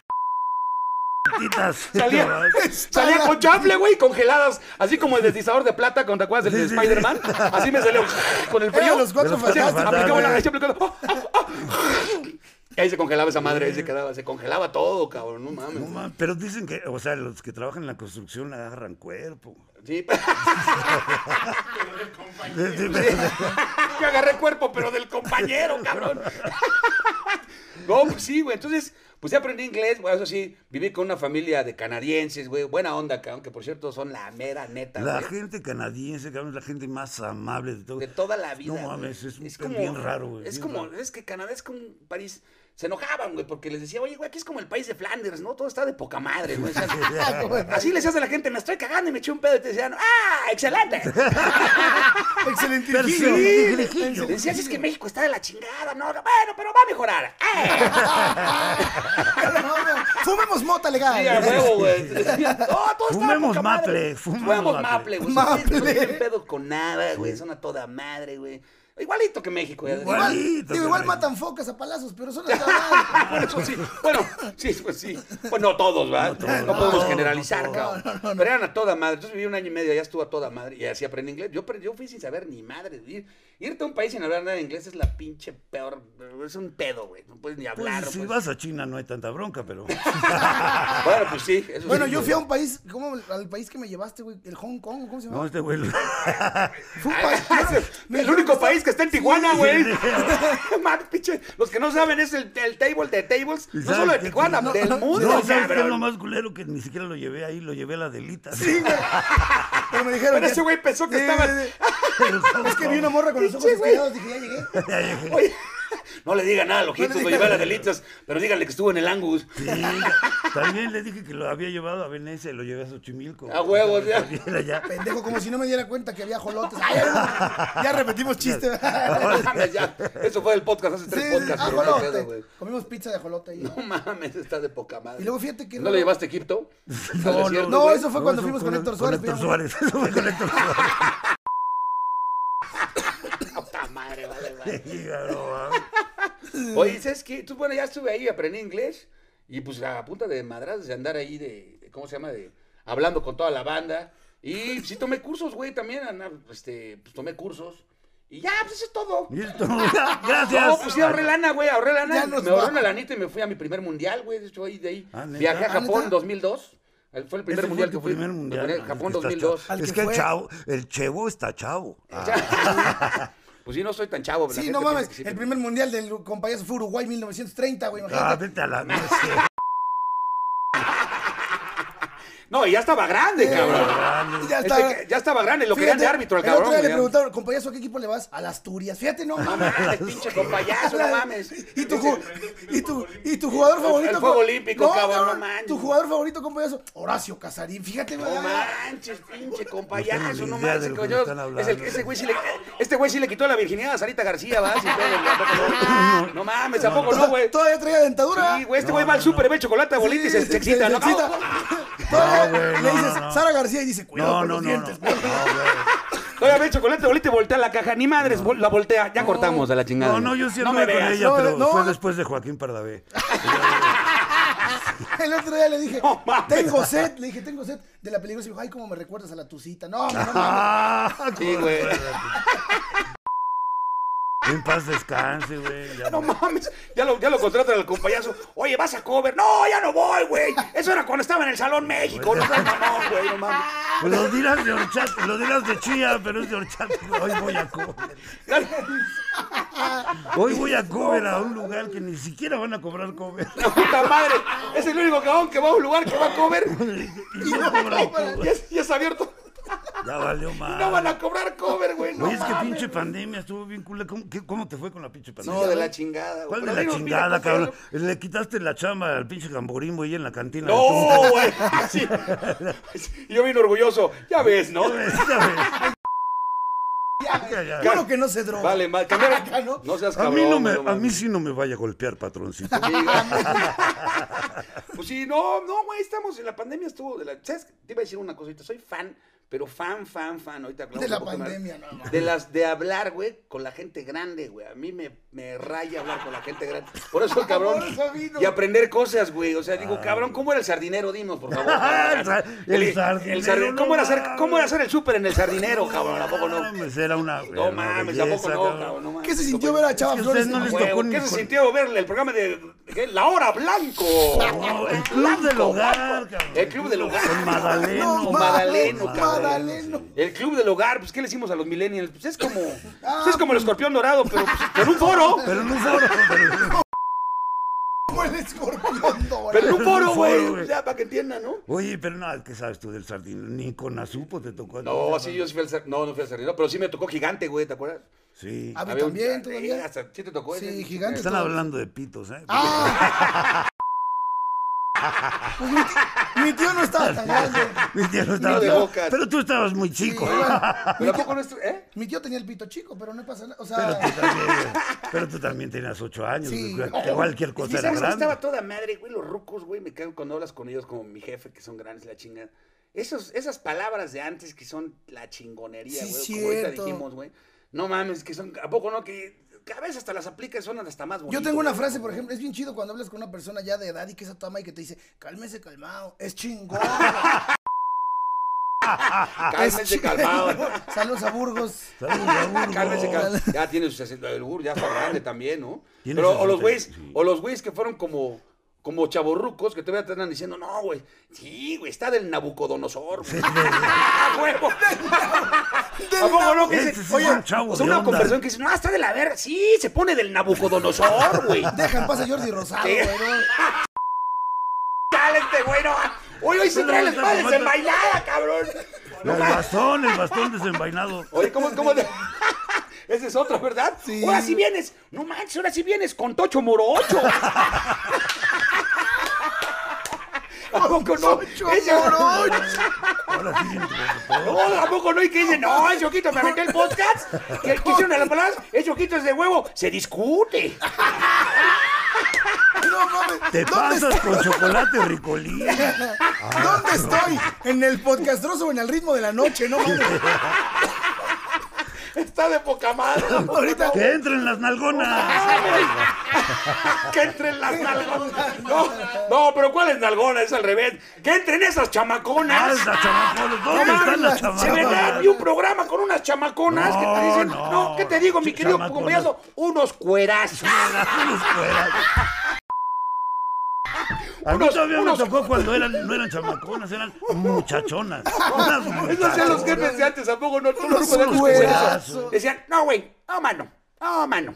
Titas.
salía, salía con chafle, güey, congeladas, así como el deslizador de plata, ¿con- ¿te acuerdas del de
Sí, sí, sí.
Spider-Man? Así me salió con el
Eran
frío.
los cuatro
De los cuatro
Hacía-
fantasmas.
aplicaba la-
güey.
así aplicaba, ¡ah, ah, ah! Y ahí se congelaba esa madre, ahí se quedaba, se congelaba todo, cabrón, no mames.
No mames, pero dicen que, o sea, los que trabajan en la construcción agarran cuerpo.
Sí.
Sí, sí,
Yo agarré el cuerpo, pero del compañero, cabrón. No, pues sí, güey. Entonces, pues ya aprendí inglés, güey. Eso sí, viví con una familia de canadienses, güey. Buena onda, cabrón. Que por cierto son la mera neta,
La
güey.
gente canadiense, cabrón, es la gente más amable de todo.
De toda la vida.
No
güey.
mames, es, un pedo bien raro, güey.
Es
bien
como,
raro.
es que Canadá es como un país. Se enojaban, güey, porque les decía, oye, güey, aquí es como el país de Flanders, ¿no? Todo está de poca madre, güey. O sea, así les hace a la gente, me estoy cagando y me eché un pedo y te decían, ¡ah, excelente!
Excelente.
Pero sí,
Gil.
sí, sí, sí.
Decías, es que México está de la chingada, no, no, bueno, pero va a mejorar. ¡Eh!
Ah, Fumemos mota
Sí, a
legal.
huevo, güey. Decías, No, todo está
Fumemos
a poca madre".
maple,
maple,
fumemos maple.
güey.
Maple.
No tienen pedo con nada, güey. Son a toda madre, güey. Igualito que México, ya
Igual.
Igual,
Igualito,
digo, igual
caray.
matan focas a palazos, pero son las cabras.
Por eso sí. Ah, Bueno, sí, pues sí. Pues no todos, ¿verdad? No, podemos
No,
generalizar,
no
cabrón. Pero eran a toda madre. Entonces viví un año y medio, ya estuvo a toda madre. Y así aprendí inglés. Yo, aprendí- yo fui sin saber ni madre. güey. Ir- irte a un país sin hablar nada de inglés es la pinche peor. Es un pedo, güey. No puedes ni
Pues,
hablar. no
si
puedes-
vas a China no hay tanta bronca, pero.
Bueno, pues sí. eso
Bueno,
sí,
yo
güey.
fui a un país, ¿cómo al país que me llevaste, güey? El Hong Kong, ¿cómo se
No,
llama?
este güey. lo-
Fue un
Ah,
país.
es el único país que está en Tijuana, güey. Madre, pinche, Los que no saben es el, el table de tables, no
¿Sabes
solo de
qué?
Tijuana,
No,
del mundo,
No, ¿sabes qué es lo
cabrón.
más culero? Que ni siquiera lo llevé ahí, lo llevé a la delita.
Sí, güey. Pero me dijeron.
Pero
que-
ese güey pensó que
Sí,
estaba-
sí, sí. Es que vi una morra con los ojos
Pinche güey.
estirados dije, ya llegué.
Oye, no le diga nada a los
No
hitos,
le
lo
diga
llevé a las
nada.
delitas, pero díganle que estuvo en el Angus.
Sí, también le dije que lo había llevado a Venecia y lo llevé a Xochimilco.
A huevo, ya.
También allá.
Pendejo, como si no me diera cuenta que había jolotes. Ay, ya, ya repetimos chiste.
No mames, ya. Eso fue el podcast, hace
Sí,
tres
sí,
podcasts. pero no hay pedo, güey.
ajolote. Comimos pizza de ajolote ahí.
No mames, está de poca madre.
Y luego fíjate que
¿No
raro.
lo llevaste a Egipto? Al
No, no,
desierto,
No,
güey.
eso fue cuando
eso
fuimos con Héctor
con
Suárez.
Héctor
fíjate.
Suárez. Eso fue con Héctor Suárez.
Puta madre, vale, vale.
Sí, no, mames. Mm.
Oye, ¿sabes qué? Tú, bueno, ya estuve ahí, aprendí inglés. Y pues a punta de madrazas, de andar ahí de, de- ¿cómo se llama? De hablando con toda la banda. Y sí tomé cursos, güey, también. Ana, Este, pues tomé cursos. Y ya, pues eso es todo.
Y esto- Gracias.
No, pues sí ahorré lana, güey, ahorré
Ya
lana.
nos
Me ahorré
va.
una lanita y me fui a mi primer mundial, güey. De hecho, ahí de ahí.
Ah, ¿neta?
Viajé a
Ah,
Japón
¿neta?
2002. Él Fue el
Ese
primer
fue
mundial
tu
que fui.
primer mundial.
Primer-
Ah,
Japón
es que estás
2002.
chavo.
Al
Es
que
que el
fue.
chavo, el chevo está chavo. Ah,
Pues sí, no soy tan chavo. la
Sí,
gente
no
piensa
mames.
que sí,
el
pero-
primer mundial del compañero fue Uruguay 1930, güey.
ah,
Imagínate.
vete a la mierda.
No, y ya estaba
Eh,
grande, cabrón.
Dale.
ya
Este que- ya estaba grande, lo querían de
Fíjate,
árbitro al
el otro
cabrón.
día le
güey. ¿eh?
preguntaron, compayazo, ¿a qué equipo le vas? A las Turias. Fíjate, no
No
mames.
mames, pinche compayazo, no mames.
¿Y tu, ju- y, tu, y tu jugador favorito?
el juego
co-
olímpico, cabrón, no manches.
Tu jugador favorito, compayazo, Horacio Casarín. Fíjate, güey.
No manches, pinche compayazo, no
No tengo ni idea
manches.
de lo que
coño.
me están hablando.
Es el- ese güey sí le, este güey sí le quitó la virginidad a Sarita García, va. Si puede, güey, ¿a poco no? no mames, ¿a poco no, güey?
Todavía traía dentadura.
Sí, güey, este güey va al súper, ve chocolate a bolita y se, se excita, ¿no?
Se excita.
Ah,
Todavía
No, güey,
le
no,
dices
no, no.
Sara García y dice, cuidado
No,
con
no, no,
los
no.
dientes.
No, güey.
Todavía ve chocolate, bolita y voltea la caja. Ni madres, vol- la voltea. Ya cortamos a la chingada.
No, no, yo sí
No
anduve
me
con
veas.
ella,
no,
pero
no.
fue después de Joaquín Pardavé.
El otro día le dije,
No mames.
tengo sed. Le dije, tengo sed de la peligrosa. Y dijo, ay, cómo me recuerdas a la tucita. No, no, no.
Ah,
Sí, güey.
En paz descanse, güey. ya,
No
güey.
mames, ya lo, ya lo contratan al compayazo. Oye, vas a cover. No, ya no voy, güey. Eso era cuando estaba en el Salón México. No seas mamón, güey, no mames.
Pues los dirás de horchata, los dirás de chía, pero es de horchata. Hoy voy a comer. Hoy voy a comer a un lugar que ni siquiera van a cobrar comer.
La puta madre. Es el único cabrón que va a un lugar que va a comer.
Y no cobran cover.
Y es, y es abierto.
Ya valió mal.
No van a cobrar cover, güey. No
Oye, es que
mames.
pinche pandemia estuvo bien cool. ¿Cómo, qué- cómo te fue con la pinche pandemia?
No, de la chingada, güey.
¿Cuál de
Pero
la
digo, mira,
chingada,
pues,
cabrón? Eh, Le quitaste la chamba al pinche gamborimbo ahí en la cantina.
No, güey. Así. Y Yo vine orgulloso. Ya ves, ¿no?
Esta vez.
Yo creo que no se droga.
Vale, mal. Cambiaron.
¿no?
No seas
A
cabrón.
mí, no me,
güey, no
a mí
mames.
sí no me vaya a golpear, patroncito.
Pues sí, no, no, güey, estamos en la pandemia, estuvo de la. ¿Sabes? Te iba a decir una cosita, soy fan, pero fan, fan, fan. Ahorita hablamos
De la
un poco más.
pandemia, no, no.
De las de hablar, güey, con la gente grande, güey. A mí me, me raya hablar con la gente grande. Por eso, cabrón.
Por eso vino.
Y aprender cosas, güey. O sea, digo, cabrón, ¿cómo era el sardinero? Dinos, por favor.
Ah. El
cabrón.
sa- el sardinero,
sardi- ¿Cómo,
no
era hacer,
mames.
¿Cómo era hacer el súper en el sardinero, cabrón? ¿A poco no?
Mames, era una.
No mames, ¿a poco no, cabrón? No mames.
¿Qué se sintió ver a Chava
Es que
Flores?
ustedes no
en
les
la-
Güey,
tocó ni
¿Qué se
con-
sintió ver el programa de de La Hora Blanco?
No, el club del hogar, cabrón.
El Club del Hogar.
Con Madaleno.
No,
O Madaleno,
Madaleno,
cabrón.
Madaleno.
El club del hogar, pues, ¿qué le hicimos a los millennials? Pues es como, pues, es como el escorpión dorado, pero pues, en un foro.
Pero en un foro. pero-
Como el escorpión
Pero en
dorado.
un foro,
foro,
güey.
güey.
Ya, para que entiendan, ¿no?
Oye, pero nada, ¿qué sabes tú del sardín? Ni con Azupo te tocó.
No, sí, yo sí fui al ser- no, no fui al sardinero, pero sí me tocó gigante, güey, ¿te acuerdas?
Sí.
A mí
Había un-
también,
eh,
todavía.
hasta- ¿Sí te tocó ese?
Sí, gigante.
Están hablando de pitos, ¿eh?
¡Ah! Pues mi, tío, mi tío no estaba tan grande.
Mi tío no estaba-
de boca.
Pero tú estabas muy chico.
Pero ¿a poco no es tu- ¿eh?
Mi tío tenía el pito chico, pero no pasa nada. O
Pero
sea,
tú también, pero tú también tenías ocho años,
Sí.
güey, que cualquier
Y
cosa era
sabes que estaba
grande.
toda madre, güey, los rucos, güey, me cago cuando hablas con ellos como mi jefe, que son grandes, la chingada. Esos, esas palabras de antes que son la chingonería,
Sí,
güey, como ahorita
cierto.
dijimos, güey. No mames, que son, ¿a poco no? Que, que a veces hasta las aplicas y suenan hasta más bonitas.
yo tengo una frase, por ejemplo, es bien chido cuando hablas con una persona ya de edad y que es toma y que te dice, cálmese, calmado, es chingón.
Ah, Cálmense, calmado.
Saludos a Burgos.
Saludos, Burgo.
Cálmense, calmado. Ya tiene sus acento el gur, ya está grande también, ¿no?
Tiene
Pero,
sus
o los
acento-
güeyes,
sí.
o los güeyes que fueron como, como chavorrucos, que todavía te andan diciendo, no, güey, sí, güey, está del Nabucodonosor, güey. ¡Ah, huevo! ¿A poco no? Que
Ese
dice,
sí es
oye,
un chavo
o sea,
de
una
onda.
conversación que dice, no, está de la verga. Sí, se pone del Nabucodonosor, güey.
Deja en paz a Jordi Rosado,
Sí.
güey. ¿no?
Cálente, güey, no. Hoy, hoy se
No,
trae la
no,
espada
no, no.
desenvainada, cabrón.
El bastón, el bastón desenvainado.
Oye, ¿cómo, cómo? te- Ese es otro, ¿verdad?
Sí.
Ahora sí vienes. No manches, ahora sí vienes con Tocho Morocho. ¿A poco no? Ese-
Ahora sí, viene tu
No,
bastón.
¿a poco no? Y que dicen, no, el Yoquito me aventé el podcast. Que que hicieron a las palabras, el Yoquito es de huevo. Se discute.
No mames.
Te
¿Dónde
pasas con chocolate ricolí.
¿Dónde estoy? ¿En el podcastroso o en el ritmo de la noche? No mames.
Está de poca madre.
Ahorita.
Que entren las nalgonas.
que entren las nalgonas. No, no, pero ¿cuál es nalgona? Es al revés. Que entren esas
Ah,
chamaconas.
las chamaconas. ¿Dónde están las
Se me da
chamaconas?
vi un programa con unas chamaconas que te dicen, no,
No, no.
¿qué te digo, mi querido
Chamaconas.
compañero? Unos cuerazos.
Unos cueras. A mí
Unos-
todavía
unos-
me tocó cuando eran, no eran chamaconas, eran muchachonas. Unas
Esos
muchachas.
hacían los jefes de antes, ¿a poco no? Todo el
Unos
grupo de antes
cuerazos.
con eso. Decían, no, güey, no, mano, no, mano.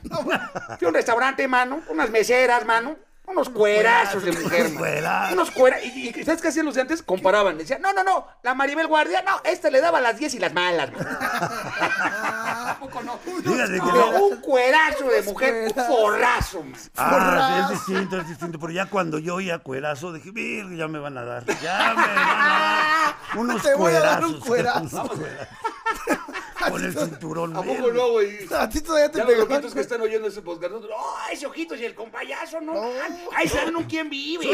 Fui a un restaurante, mano, unas meseras, mano. Unos cuerazos de mujer,
unos
mano.
cuerazos.
Unos cuerazos. ¿Y, y sabes qué hacían los de antes? Comparaban. Decían, no, no, no, la Maribel Guardia, no, esta le daba las 10 y las malas, mano. ¿A poco no?
Fíjate que
No,
no.
un cuerazo de mujer, un
cuerazos.
forrazo, mano.
Ah, sí, es distinto, es distinto. Pero ya cuando yo oía cuerazo, dije, "Virga, ya me van a dar. Ya me van a dar. Unos
Te voy a dar
cuerazos,
un cuerazo.
unos cuerazos. Con el cinturón.
¿A poco
verde.
no, güey?
A ti todavía te
Ya los
pegó.
loquitos que están oyendo ese podcast. ¡No, ¡Ah, ese ojitos y el compayazo! Ah, ¡No! ¡Ahí saben un quién vive!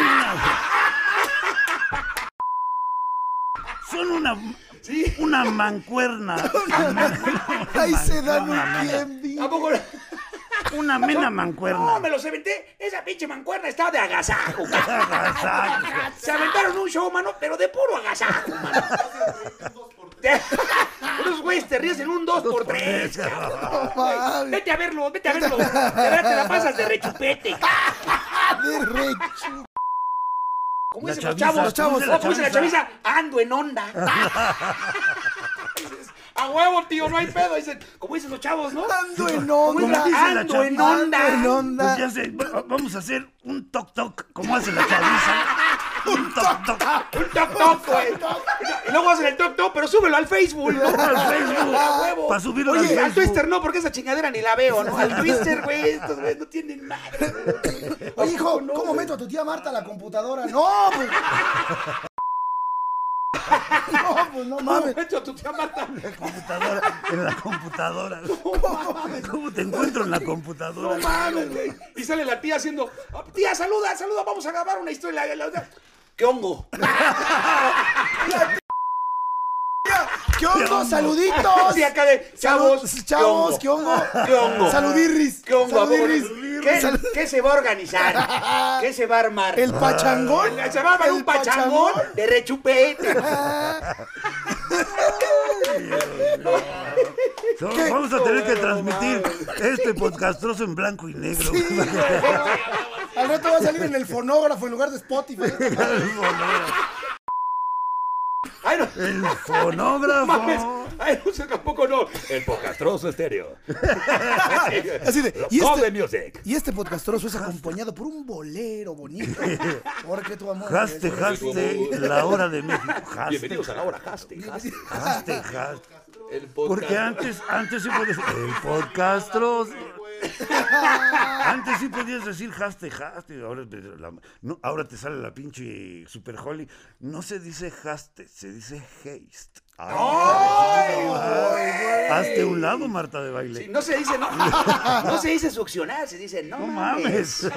Son una, una mancuerna.
Ahí se dan
Mancuerna,
un
mena.
¿A
tiempo.
poco?
Una mena
No, me
mancuerna.
los aventé. Esa pinche mancuerna está de agasajo.
Agasajo.
Se aventaron un show, mano, pero de puro agasajo, mano. Te- Unos güeyes te ríes en un 2 por 3
No mames.
Vete a verlo, vete a verlo. De verdad te la pasas de rechupete.
De rechu-
Como
La
dicen los
chaviza,
chavos,
los chavos,
Oh,
la
como dice la
chaviza.
chaviza, ando en onda. Dices, a huevo, tío, no hay pedo. Dicen, como dicen los chavos, ¿no?
Ando en
Como
onda.
dice la
ando en
chaviza.
onda.
Ando en
Pues
onda.
ya sé, va- vamos a hacer un toc toc, como hace la chaviza. Un toc toc.
Un toc toc, güey. Y luego hacen el toc toc, pero súbelo al Facebook, ¿no?
Al Facebook.
A huevo.
Pa' subirlo
Oye,
al
al,
Facebook.
Twister no, porque esa chingadera ni la veo, ¿no? Al Twister, güey, estos güeyes no tienen madre. güey.
Oye, hijo, ¿cómo meto a tu tía Marta a la computadora? No, pues. No, pues no
¿Cómo
mames.
meto a tu tía Marta?
computadora, en la computadora. ¿Cómo te encuentro en la computadora?
No mames, güey. Y sale la tía haciendo, "Ah, tía, saluda, saluda, vamos a grabar una historia. La- la- la- ¿Qué hongo?
¿Qué hongo? Saluditos.
Sí, acá de,
Chavos,
chavos,
chavos, ¿qué
¿qué hongo?
hongo?
¿Qué hongo?
Saludirris.
¿Qué hongo? ¿A poco?
Saludirris.
¿Qué-
Sal-
¿Qué se va a organizar? ¿Qué se va a armar?
El pachangón.
Se va a armar
El
un pachangón de rechupete.
So- Vamos a tener que transmitir este podcastroso en blanco y negro.
Al rato va a salir en el fonógrafo en lugar de Spotify.
Ay, no.
El
Mames.
fonógrafo.
Ay, no sé, tampoco no. El podcastroso estéreo.
Así de. Y
All the
este,
music.
y este podcastroso es acompañado por un bolero bonito. Porque tu amor.
Jaste,
es-
jaste, la hora de México. Jaste,
Bienvenidos a la hora Haste. Haste.
jaste, jaste.
El
Porque
podcast.
antes, antes sí podías... El podcastros... Antes sí podías decir jaste, jaste. Ahora te, la- no, ahora te sale la pinche super holly. No se dice jaste, se dice haste. Ay, ay, Hazte un lado, Marta de baile.
Sí, no se dice, no, no se dice succionar, se dice no,
No
mames.
mames.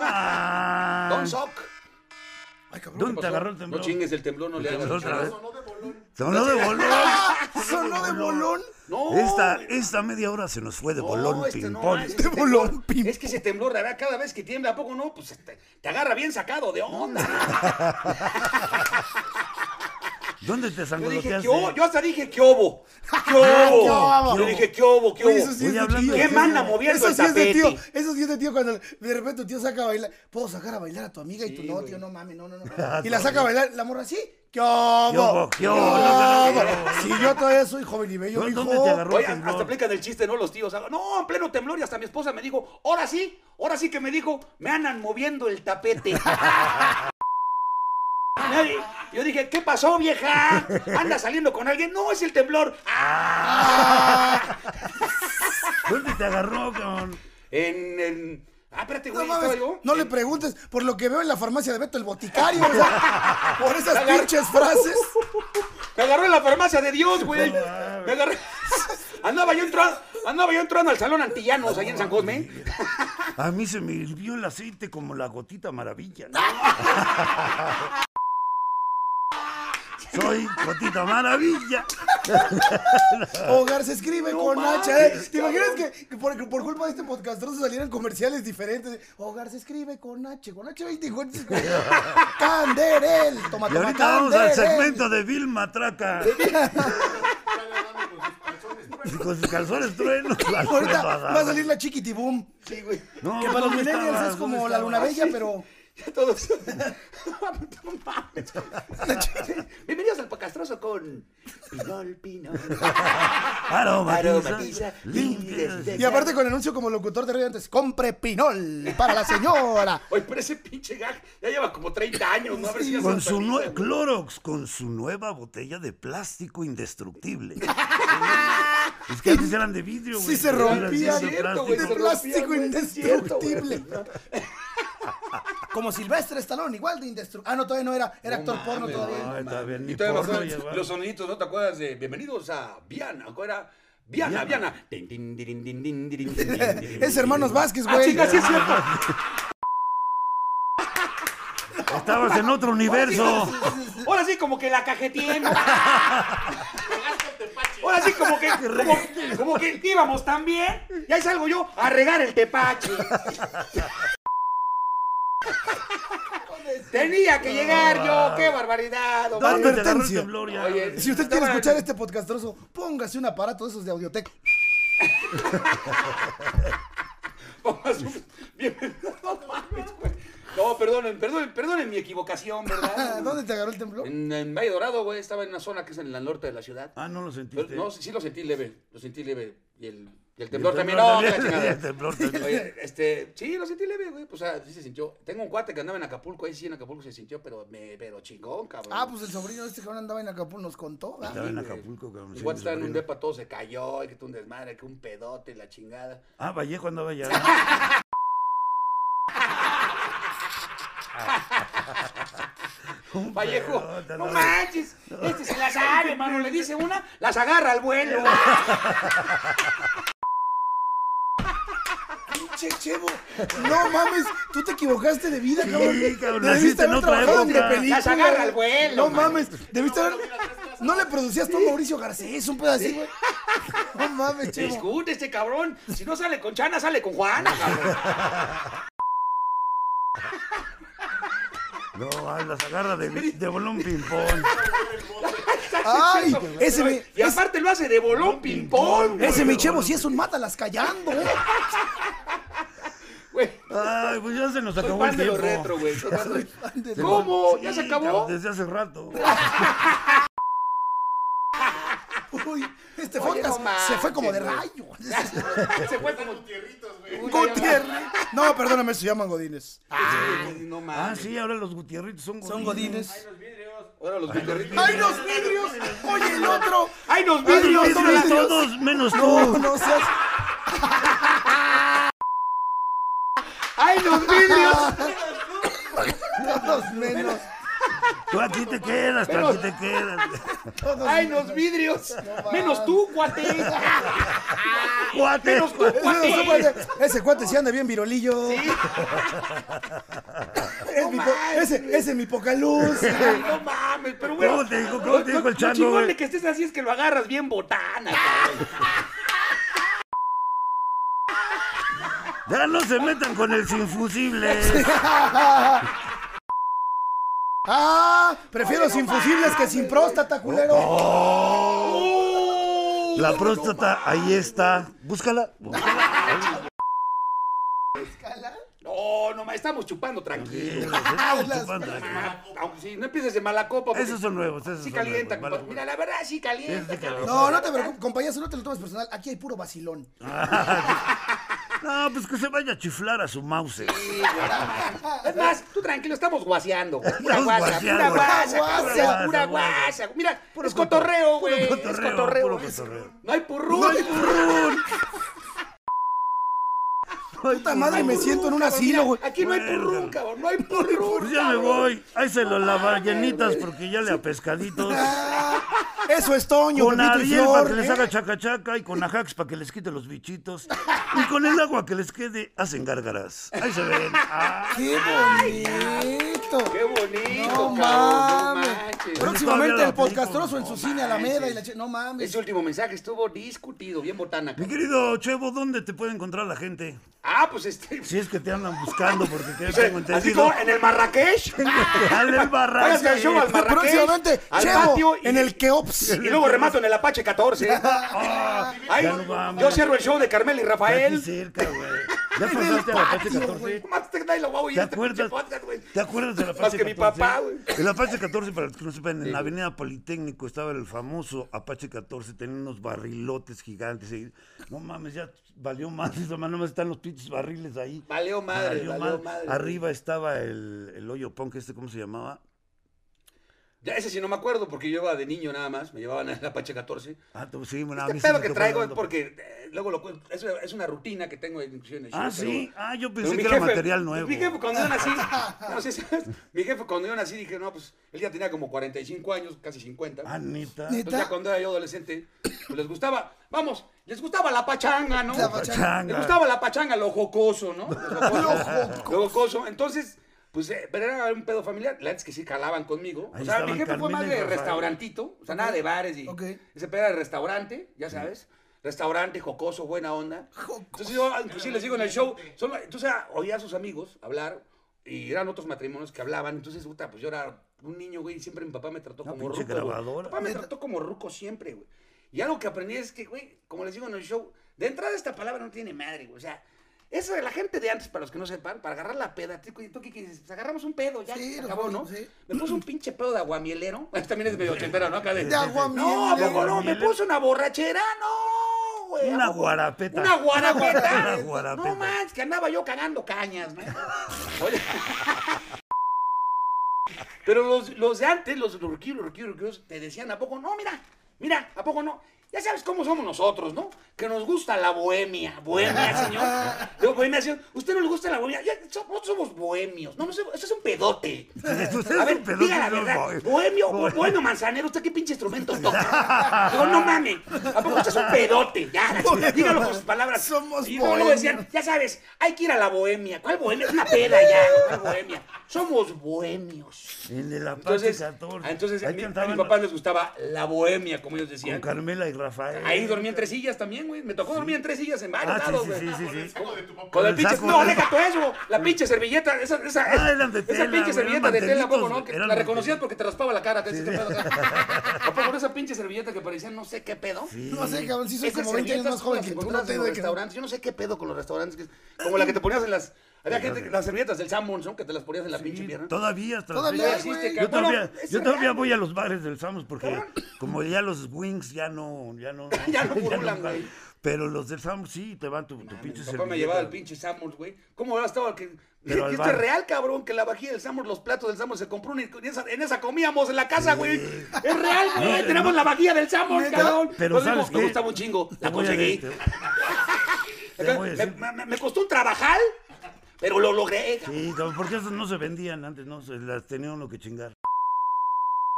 Ah,
Don Sock.
¿Dónde te agarró el temblor?
No chingues el temblor, no le hagas.
Sonó otra vez. Sonó de bolón.
Sonó de bolón.
No,
Esta, esta media hora se nos fue de
no,
bolón
este no,
ping-pong.
este temblor-
bolón, pim.
Es que ese temblor, la verdad, cada vez que tiembla, ¿a poco no? Pues te, te agarra bien sacado de onda.
¿Dónde te
Yo dije,
sangoloteaste?
¿qué hubo? Yo hasta dije, ¿qué hubo? ¿Qué hubo?
Ah, hubo?
Yo dije, ¿qué hubo? ¿Qué
Oye, eso
hubo?
sí es
Oye,
de
hablando
tío.
de- ¿Qué
manda moviendo
eso
el
sí es de tío.
tapete?
Eso sí es de tío cuando de repente tu tío saca a bailar. ¿Puedo sacar a bailar a tu amiga? y tú, no,
güey.
tío, no mames, no, no, no. y la saca a bailar, la morra, sí. ¿Qué hubo?
¿Qué hubo? Ah, ¿Qué hubo?
Si yo todavía soy joven y bello,
¿Dó-
hijo.
¿Dónde te agarró
Oye,
el
hasta
temblor?
aplican el chiste, ¿no? Los tíos. No, en pleno temblor y hasta mi esposa me dijo, ahora sí, ahora sí que me dijo, me andan moviendo el tapete. Nadie- Yo dije, ¿qué pasó, vieja? ¿Anda saliendo con alguien? No, es el temblor. Ah,
¿Dónde te agarró, cabrón?
En, en... Ah, espérate,
No
güey,
mames,
estaba yo.
no le
en-
preguntes por lo que veo en la farmacia de Beto el boticario, o sea, por esas
Agar-
pinches frases.
Me agarró en la farmacia de Dios, güey. Me agarré. Andaba yo entrando, andaba yo entrando al salón antillanos ahí en San Cosme.
A mí se me hirvió el aceite como la gotita maravilla. Soy gotita maravilla. Ah,
Hogar se escribe con
mames,
H. ¿eh? ¿Te
cabrón.
imaginas que que por, por culpa de este podcastroso salieran comerciales diferentes? Hogar se escribe con H, con H 24. Canderel, toma,
Y
toma,
ahorita vamos al
Canderel.
segmento de Vilma Traca. Y con sus calzones truenos.
Ahorita va a salir la chiquitiboom.
Sí, güey.
No,
Que para los
¿dónde
millennials
estabas?
es como
¿Dónde
la luna
estabas?
bella, pero.
Ya todos. No mames. Bienvenidos al Pacastroso con Pinol, Pinol.
Aromatiza.
Aromatiza,
Limpia.
limpia.
Y aparte con anuncio como locutor de radio antes, compre pinol para la señora.
Oye, pero ese pinche gag ya lleva como 30 años, ¿no? A ver si ya se
Con su
actualiza,
nue-
güey.
Clorox, con su nueva botella de plástico indestructible. es que antes eran de vidrio,
Sí
güey.
se
Ahora
rompía,
sí es de
cierto, güey,
de
se
plástico.
plástico
rompía, güey, es cierto, güey.
indestructible. Como Silvestre Stallone, igual de indestructible. Ah, no, todavía no era, era actor porno todavía.
Ay, está bien, ni
Y todavía
porno
me acuerdo
llevaba.
los soniditos, ¿no te acuerdas de Bienvenidos a Viana? ¿Cómo era? Viana, Viana. Tin, tin, dirin, din, din, dirin, din, din, Ah, din,
Es Hermanos Vázquez,
Ah,
güey.
chinga, sí es cierto.
Estabas en otro universo.
Ahora sí, como que la cajeteé. Ahora sí, como que, como, como que íbamos tan bien. Y ahí salgo yo a regar el tepache. Tenía que llegar yo, qué barbaridad.
Te agarró
hombre.
el
Advertencia.
temblor ya,
Oye,
güey.
Si usted quiere
Estaba-
escuchar este podcastroso, póngase un aparato de esos de Audiotech.
Pongas un- bien- No, mames, güey. No, perdonen, perdonen, perdonen mi equivocación, ¿verdad?
¿Dónde te agarró el temblor?
En, en Valle Dorado, güey, estaba en una zona que es en el norte de la ciudad.
Ah, no lo sentiste.
Pero, no, sí, sí lo sentí leve, lo sentí leve. Y el, y el
El
temblor también, no, que la
también,
chingada.
el temblor también.
Oye, este, sí, lo sentí leve, güey. Pues, o sea, sí se sintió. Tengo un cuate que andaba en Acapulco, ahí sí en Acapulco se sintió, pero, me, pero chingón, cabrón.
Ah, pues el sobrino este que ahora andaba en Acapulco nos contó. ¿verdad?
Estaba en
güey.
Acapulco, cabrón.
Mi
sí,
cuate
mi
estaba en un
sobrino.
depa, todo se cayó, y que tú un desmadre, que un pedote, la chingada.
Ah, Vallejo andaba allá. Un
Vallejo,
pedote,
no
andaba-
manches, este se la sabe, mano, le dice una, las agarra al vuelo. Ah,
Che, chevo. No mames, tú te equivocaste de vida, cabrón.
cabrón, naciste
Debiste
en
haber
otra
trabajado en
época.
película.
Las agarra al
güey.
vuelo,
No
man.
mames, debiste haber. No le producías tú a Mauricio Garcés, un pedacito, güey. No mames,
Se
chevo.
discute este cabrón. Si no sale con Chana, sale con Juana, cabrón.
No, ah, las agarra de, de bolón ping-pong.
Ay, ese
Pero-
me.
Y aparte lo hace de bolón ping-pong.
Ese mi chevo sí es un mátalas callando, ¿eh?
güey.
Ay, pues ya se nos
Soy
acabó el
fan de
tiempo.
los retro, güey. Soy fan de-
fan de-
¿Cómo? ¿Ya se
Sí,
acabó?
cabrón, Desde hace rato.
Uy, este
Oye,
podcast
no manches,
se fue como de
güey.
rayo.
Se fue como Uy, ya, ya, ya.
Gutiérrez. No, perdóname, se llaman Godines.
Ah, no
Ah,
mames.
sí, ahora los Gutierritos son
Son Godines.
Ahora los guitarristas.
¡Ay, los vidrios! Oye, el otro.
¡Ay, los
Ay,
vidrios!
los
Son
Son las-
vidrios.
todos menos
No,
tú.
no seas.
¡Ay, los vidrios!
Todos menos.
Tú aquí te quedas, tú aquí te quedas.
Todos
¡Ay, los vidrios! Menos tú, cuate.
Cuate.
Menos tú,
Ese, ese
cuate.
cuate- ese cuate sí anda bien virolillo. Es mi po- ese, ese mi poca luz.
Ay, no mames, pero bueno.
¿Cómo te dijo- cómo te dijo el chango,
Lo chingón
güey?
de que estés así es que lo agarras bien botana, cabrón.
Ya no se metan con el sin fusibles.
Ah, prefiero sin fusibles que sin próstata, culero.
La próstata, ahí está. Búscala.
Ah, No, no, ma, estamos chupando tranquilo. Ma, Aunque sí, no empieces de mala copa. porque
Esos son nuevos, esos
Sí
son
calienta,
nuevos,
compadre.
vale.
Mira, la verdad sí
Ese sí
calienta,
calienta.
cabrón.
No, no te preocupes, compañero, no te lo tomes personal. Aquí hay puro vacilón.
No, pues que se vaya a chiflar a su mouse.
Sí, güey, no, ma. Es más, tú tranquilo, estamos guaseando. güey. Pura
Estamos
guasa, pura
guaseando, güey.
guasa,
Guasa,
cabrón, pura
guasa,
guasa. Mira, es
cotor-
cotorreo, güey. Es
puro cotorreo,
cotorreo.
puro cotorreo.
No hay purrún. No hay
Puta madre, me siento en un asilo, güey.
Aquí no hay purrún, cabrón. No hay purrún.
Pues ya me
cabrón.
voy. Ahí se lo lavar llenitas porque ya le a pescaditos.
Eso es Toño,
Con
Pepito y
Ariel para que
Flor.
les
¿eh?
haga chacachaca y con Ajax para que les quite los bichitos. Y con el agua que les quede, hacen gárgaras. Ahí se ven. Ah,
¡Qué bonito!
Qué bonito,
No
cabrón. No
mames.
manches.
Próximamente
Todavía
el
la
podcastroso en
aplico,
su cine Alameda y la ch- No mames.
Ese último mensaje estuvo discutido, bien botana.
mi
cabrón.
querido Chevo, ¿dónde te puede encontrar la gente?
Ah, pues este.
Si es que te andan buscando porque te
Así
tengo entendido.
como en el Marrakech.
Dale el barrazo.
Váyase al show al Marrakech,
Próximamente,
al
Chevo,
patio y,
en el Keops.
y luego remato en el Apache 14. Ahí,
Ah, ya no vamos.
yo cierro el show de Carmel y
Está
Rafael.
aquí cerca, güey. Ya pasaste a la Apache 14.
Más te nadie lo va a oír
¿Te
este pinche
acuerdas?
podcast, güey.
¿Te acuerdas de la
Más
Apache
que mi
14?
papá, güey.
El Apache 14, para los que no sepan, en la avenida Politécnico estaba el famoso Apache 14, tenía unos barrilotes gigantes. ahí. No mames, ya valió más, eso, más nomás están los pinches barriles ahí.
Valió madre, valió madre.
Arriba estaba el, el hoyo punk, este, ¿cómo se llamaba?
Ya ese sí no me acuerdo porque yo iba de niño nada más, me llevaban al Apache 14.
Ah, tú, sí, bueno, a mí
Este
sí
pedo
me
que
tocó
traigo es
andando-
porque eh, luego lo cuento, es, es una rutina que tengo inclusive en el show.
Ah,
pero-
sí, ah, yo
Pero
pensé
mi
que era
jefe-
material nuevo.
Mi jefe cuando yo nací, no, sí, sí, mi jefe cuando yo nací dije, no, pues él ya tenía como 45 años, casi 50.
Ah, neta.
Neta.
Entonces ya cuando era yo adolescente, pues les gustaba, vamos, les gustaba la pachanga, ¿no?
La
La
pachanga.
Les gustaba la pachanga, lo jocoso, ¿no? Lo jocoso. Lo jocoso. Entonces, Pues, eh, pero era un pedo familiar. La verdad es que sí calaban conmigo.
Ahí
o sea, mi
estaban
jefe fue
Carmina
más
y
de
Rafael.
restaurantito. O sea, nada de bares. Y
Ok.
Ese pedo era de restaurante, ya sabes. Restaurante, jocoso, buena onda. Entonces yo, inclusive les digo en el show, solo, entonces oía a sus amigos hablar y eran otros matrimonios que hablaban. Entonces, puta, pues yo era un niño, güey, y siempre mi papá me trató
No,
como
pinche
ruco. güey.
grabadora.
Papá me trató como ruco siempre, güey. Y algo que aprendí es que, güey, como les digo en el show, de entrada esta palabra no tiene madre, güey. O sea, esa de la gente de antes, para los que no sepan, para agarrar la peda, tú, ¿tú qué quieres? Pues agarramos un pedo, ya,
Sí,
se
nos
acabó, ¿no?
fuimos, sí.
Me puso un pinche pedo de aguamielero. Este también es medio ochentero, ¿no? Acá de,
De aguamiel.
No, ¿a poco no? Me
Aguamielero.
puso una borrachera, no, güey. ¿a
Una
poco?
guarapeta.
Una guarapeta.
Una guarapeta.
No manches, que andaba yo cagando cañas, ¿no? Oye. Pero los, los de antes, los ruquillos, los ruquillos, los ruquillos, te decían, ¿a poco no? Mira, mira, ¿a poco no? Ya sabes cómo somos nosotros, ¿no? Que nos gusta la bohemia, bohemia, señor. Yo, bohemia, señor. ¿Usted no le gusta la bohemia? Ya, so- nosotros somos bohemios. No, no, sé, eso es un pedote.
Usted es
A ver,
un pedote,
diga la
no es
verdad.
bohemio.
Bohemio,
Bohemio.
bueno, manzanero, ¿usted qué pinche instrumento toca? Digo, no mames, ¿a poco usted es un pedote? Ya, la chingada, dígalo con sus palabras.
Somos
y luego luego decían, ya sabes, hay que ir a la bohemia. ¿Cuál bohemia? Es una peda ya, ¿cuál bohemia? Somos bohemios.
En el Apache
Entonces,
14.
ah, entonces
Ahí
mi- a
cantaban
mis papás les gustaba la bohemia, como ellos
con
decían.
Carmela y Rafael.
Ahí dormí en tres sillas también, güey. Me tocó dormir en tres sillas en varios
Ah, sí,
lados,
sí,
güey.
sí, sí, sí.
Con el
el
pinche.
saco
No,
de-
deja todo eso. La pinche servilleta. Esa, esa,
Ah, eran de
esa
tela,
pinche
güey,
servilleta
eran
de tela, ¿a poco no?
mantelitos,
Que
eran
la reconocías
mantelitos.
porque te raspaba la cara. te decías, ¿qué pedo? ¿A poco no? esa pinche servilleta que parecía no sé qué pedo?
No sé, cabrón, sí soy
Esas
como 20 años
servilletas
más joven
las
que tú, no
encontrabas en
tengo
los
de que...
restaurantes. Yo no sé qué pedo con los restaurantes. que es- Como la que te ponías en las. Había gente, que- las servilletas del Samuels, ¿no? Que te las ponías en la pinche pierna.
Todavía, hasta la
Todavía,
fecha.
existe,
cabrón.
Yo todavía,
Bueno, es
yo todavía
real.
voy a los bares del Samos porque como ya los wings ya no, ya no,
Ya no purulan,
no-
güey.
Pero los del Samos sí te van tu, tu
Mames,
pinche
Mi papá me
servilleta.
llevaba al pinche Samuels, güey. ¿Cómo habrá estado? Que, que
Pero al
esto
bar.
es real, cabrón, que la vajilla del Samuels, los platos del Samuels se compró una, en, esa, en esa comíamos en la casa, güey. Es real, güey. Tenemos la vajilla del Samuels, cabrón.
pero
Nos
¿sabes
dimos- me
qué?
gustaba un chingo.
Te
La
voy a
conseguí.
decir- te- te
Acá,
voy a
me,
decir-
me- me costó un trabajal, pero lo logré. cabrón.
Sí, no, porque esas no se vendían antes, no, se las tenía uno que chingar.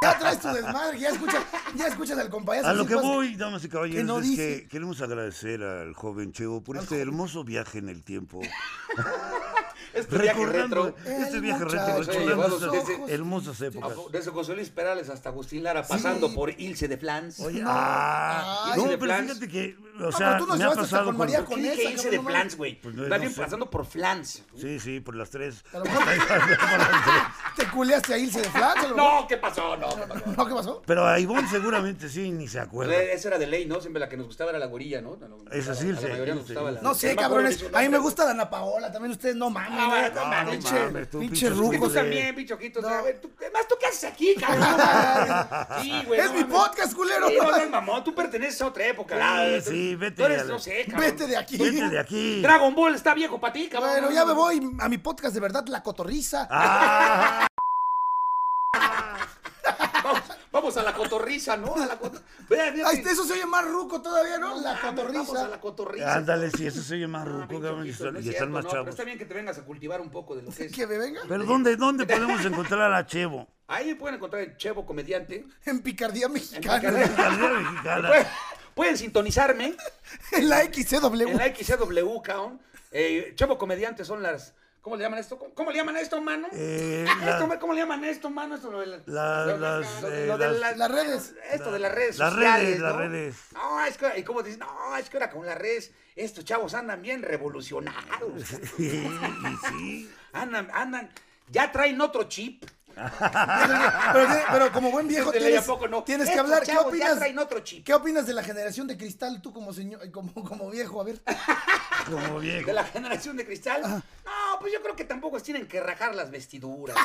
Ya traes tu desmadre, ya escuchas, ya escuchas al compañero.
A lo que voy, damas y caballeros,
que no
es
dice.
que queremos agradecer al joven Cheo por este hermoso viaje en el tiempo.
Este viaje
recordando
retro.
este
El
viaje retro,
muchacho
recordando
llevado
esas
desde-
hermosas épocas.
a- Desde José Luis Perales hasta Agustín Lara, pasando
Sí.
por Ilse de Flans.
Oye, ah,
Ay,
no,
de
pero
Flans.
fíjate que, o
pero
sea,
tú nos
me ha
llevaste hasta
pasado
con
cuando-
María
¿Por qué
con
dije
esa,
Ilse de
cabrón, no
Flans, güey?
Pues no,
Más
no
bien
sé.
pasando por Flans.
Sí, sí, por las tres.
A lo mejor te culeaste a Ilse de Flans. a lo mejor-
No, ¿qué pasó? No, ¿qué pasó?
¿No qué pasó?
Pero a Ivonne seguramente sí, ni se acuerda.
Pues, eh, Esa era de ley, ¿no? Siempre la que nos gustaba era la gorilla, ¿no? No, no,
Esa
a la-
sí,
a la
sí,
mayoría nos
sí,
gustaba
sí.
la-
No
me
sé,
acuerdo
cabrones.
de su
A mí me
nombre.
gusta Dana Paola, también ustedes no mames.
Ah,
güey.
no mames,
pinche-
mames, tú,
pinche
pinche
Es que
ruco.
tú
ruco.
también, pichoquito. o sea,
No.
a ver, tú- además, ¿tú qué haces aquí, cabrón? No mames. Sí, güey.
Es
no
mi
mames.
podcast, culero.
Sí, no, no, mamón, tú perteneces a otra época. la-
sí, vete
Tú eres,
a la-
no sé, cabrón.
Vete de aquí.
Vete de aquí.
Dragon Ball está viejo para ti, cabrón.
Bueno, ya me voy a mi podcast de verdad, La Cotorriza.
Ah,
Vamos, vamos a la cotorriza, ¿no? A la cotorriza.
Ahí está, eso se oye más ruco todavía, ¿no? La
Vamos a
Cotorriza.
la cotorriza.
ándale, si eso se oye más
Ah,
ruco,
pinche
cabrón, y
Quito,
están,
no es
y están
cierto,
más
no, Pero
chavos.
está bien que te vengas a cultivar un poco de lo que es.
Que me venga.
Pero ¿dónde, dónde podemos encontrar a Chevo?
Ahí me pueden encontrar el Chevo Comediante.
En Picardía Mexicana.
Picardía.
Alcaldía mexicana.
Pueden- Pueden sintonizarme
En la XCW.
en la XCW, caón. Eh, Chevo Comediante son las. ¿Cómo le llaman esto? ¿Cómo, cómo le llaman esto, mano?
Eh,
Esto,
la-
¿Cómo le llaman esto, mano? Esto, lo de la-
La-
lo de-
las,
lo de-
eh,
lo de
las-
las redes.
Esto de las redes
Las redes,
sociales,
las
¿no?
redes.
No, es que, y como dicen, no, es que ahora con las redes, estos chavos andan bien revolucionados.
y, y sí.
Andan, andan, ya traen otro chip.
Pero, tiene- pero como buen viejo
Eso de ley,
tienes,
¿a poco no?
tienes que
Estos
hablar. ¿Qué
chavos ya
opinas?
traen otro chip.
¿Qué opinas de la generación de cristal tú como señor, eh, como, como viejo? A ver.
Como viejo.
de la generación de cristal.
Ah.
No, pues yo creo que tampoco tienen que rajar las vestiduras.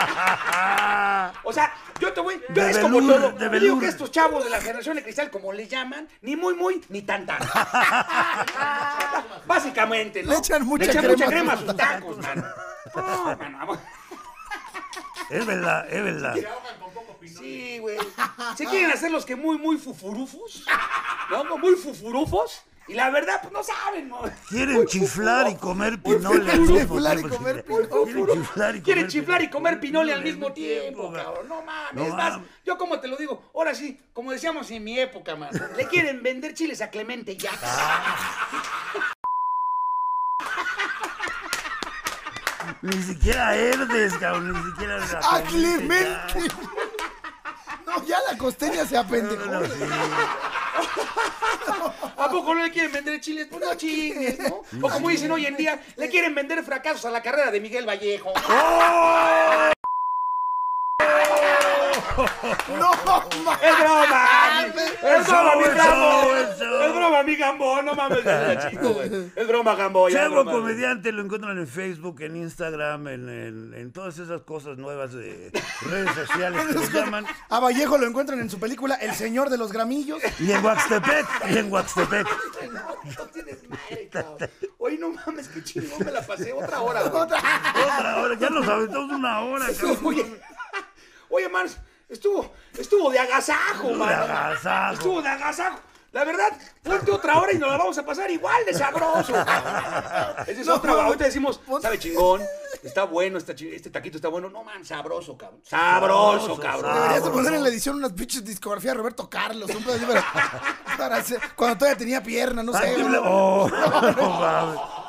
¿no? o sea, yo te voy, yo
De
es como
velour,
todo.
de
Yo digo
velour.
que estos chavos de la generación de cristal, como les llaman, ni muy muy ni tan tan. Básicamente, ¿no?
Le echan mucha
mucha
crema
crema
a
a sus tacos, mano. No, mano, vamos.
Es verdad, es verdad.
Sí, güey. Se quieren hacer los que muy, muy fufurufos, ¿no? Muy fufurufos. Y la verdad, pues no saben, ¿no?
Quieren
Muy
chiflar y
fufurufos.
comer
Muy
pinole. al
fufurufos.
mismo
chiflar y
tiempo. pues,
comer
Quieren chiflar y comer
Quieren chiflar y comer pinole al
pinole
mismo tiempo, cabrón. No
No
mames. Es más,
mames.
yo como te lo digo, ahora sí, como decíamos en mi época, man. Le quieren vender chiles a Clemente Jackson.
Ni siquiera Herdes, cabrón, ni siquiera. la
¡Ah,
Clemente,
Clemente! No, ya la costeña se apendejó.
ya. Sí.
¿A poco no le quieren vender chiles? Pues no chingues, ¿no? O como dicen hoy en día, le quieren vender fracasos a la carrera de Miguel Vallejo.
¡No, mames!
¡Es broma! ¡Es broma, mi
show, el
Gambo!
show, el show.
¡Es broma, mi Gambo! ¡No mames! es chingo, güey. ¡Es broma, Gambo! ya,
Chavo
broma, güey.
comediante lo encuentran en Facebook, en Instagram, en, en- en todas esas cosas nuevas de redes sociales que nos llaman.
A Vallejo lo encuentran en su película El Señor de los Gramillos.
Y en Huaxtepec, y en Huaxtepec.
No tienes madre, cabrón. Oye, no mames, qué chingón me la pasé. Otra hora, güey.
Otra hora, ya nos aventamos una hora, cabrón.
Oye, oye, man, estuvo, estuvo de agasajo, man.
De agasajo.
Estuvo de agasajo. La verdad, ponte otra hora y nos la vamos a pasar igual de sabroso. cabrón. Esa es
No,
otra.
no.
Ahorita decimos, sabe chingón, está bueno, está chi- este taquito está bueno. No, man, sabroso, cabrón. Sabroso,
Sabroso,
cabrón.
sabroso.
Deberías de poner en la edición unas pinches discografías de Roberto Carlos. Un pedo así para, para hacer- cuando todavía tenía pierna, no sé.
Active,
güey.
oh, no mames.
No,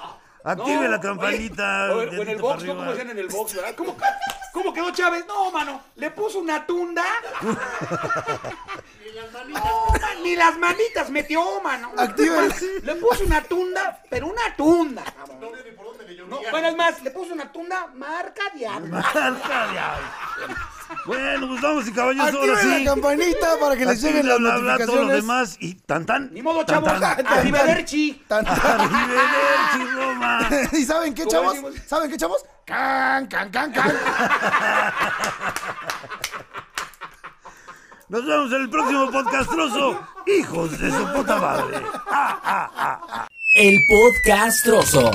Active la
oye,
campanita.
o- o en el
dedito
box, ¿no?
para
¿Cómo
arriba.
decían en el box, verdad? ¿Cómo, cómo quedó Chávez? No, mano, le puso una tunda. No, man, ni las manitas metió, mano.
Activa el-
Le puso una tunda, pero una tunda. cabrón. No, bueno, es más, le puso una tunda marca diablo.
Marca, diablo. Bueno, pues vamos y caballos, ahora
Activen
sí.
la campanita para que les lleguen las
bla, bla, bla, todos los
notificaciones.
demás y tan tan.
Ni modo,
tan,
chavos.
tan.
Arrivederci.
Tan-
Arrivederci, Roma.
¿Y saben qué,
¿Cómo
chavos?
decimos?
¿Saben qué, chavos? Can, can, can, can.
Nos vemos en el próximo podcast, trozo. Hijos de su puta madre.
El podcastroso.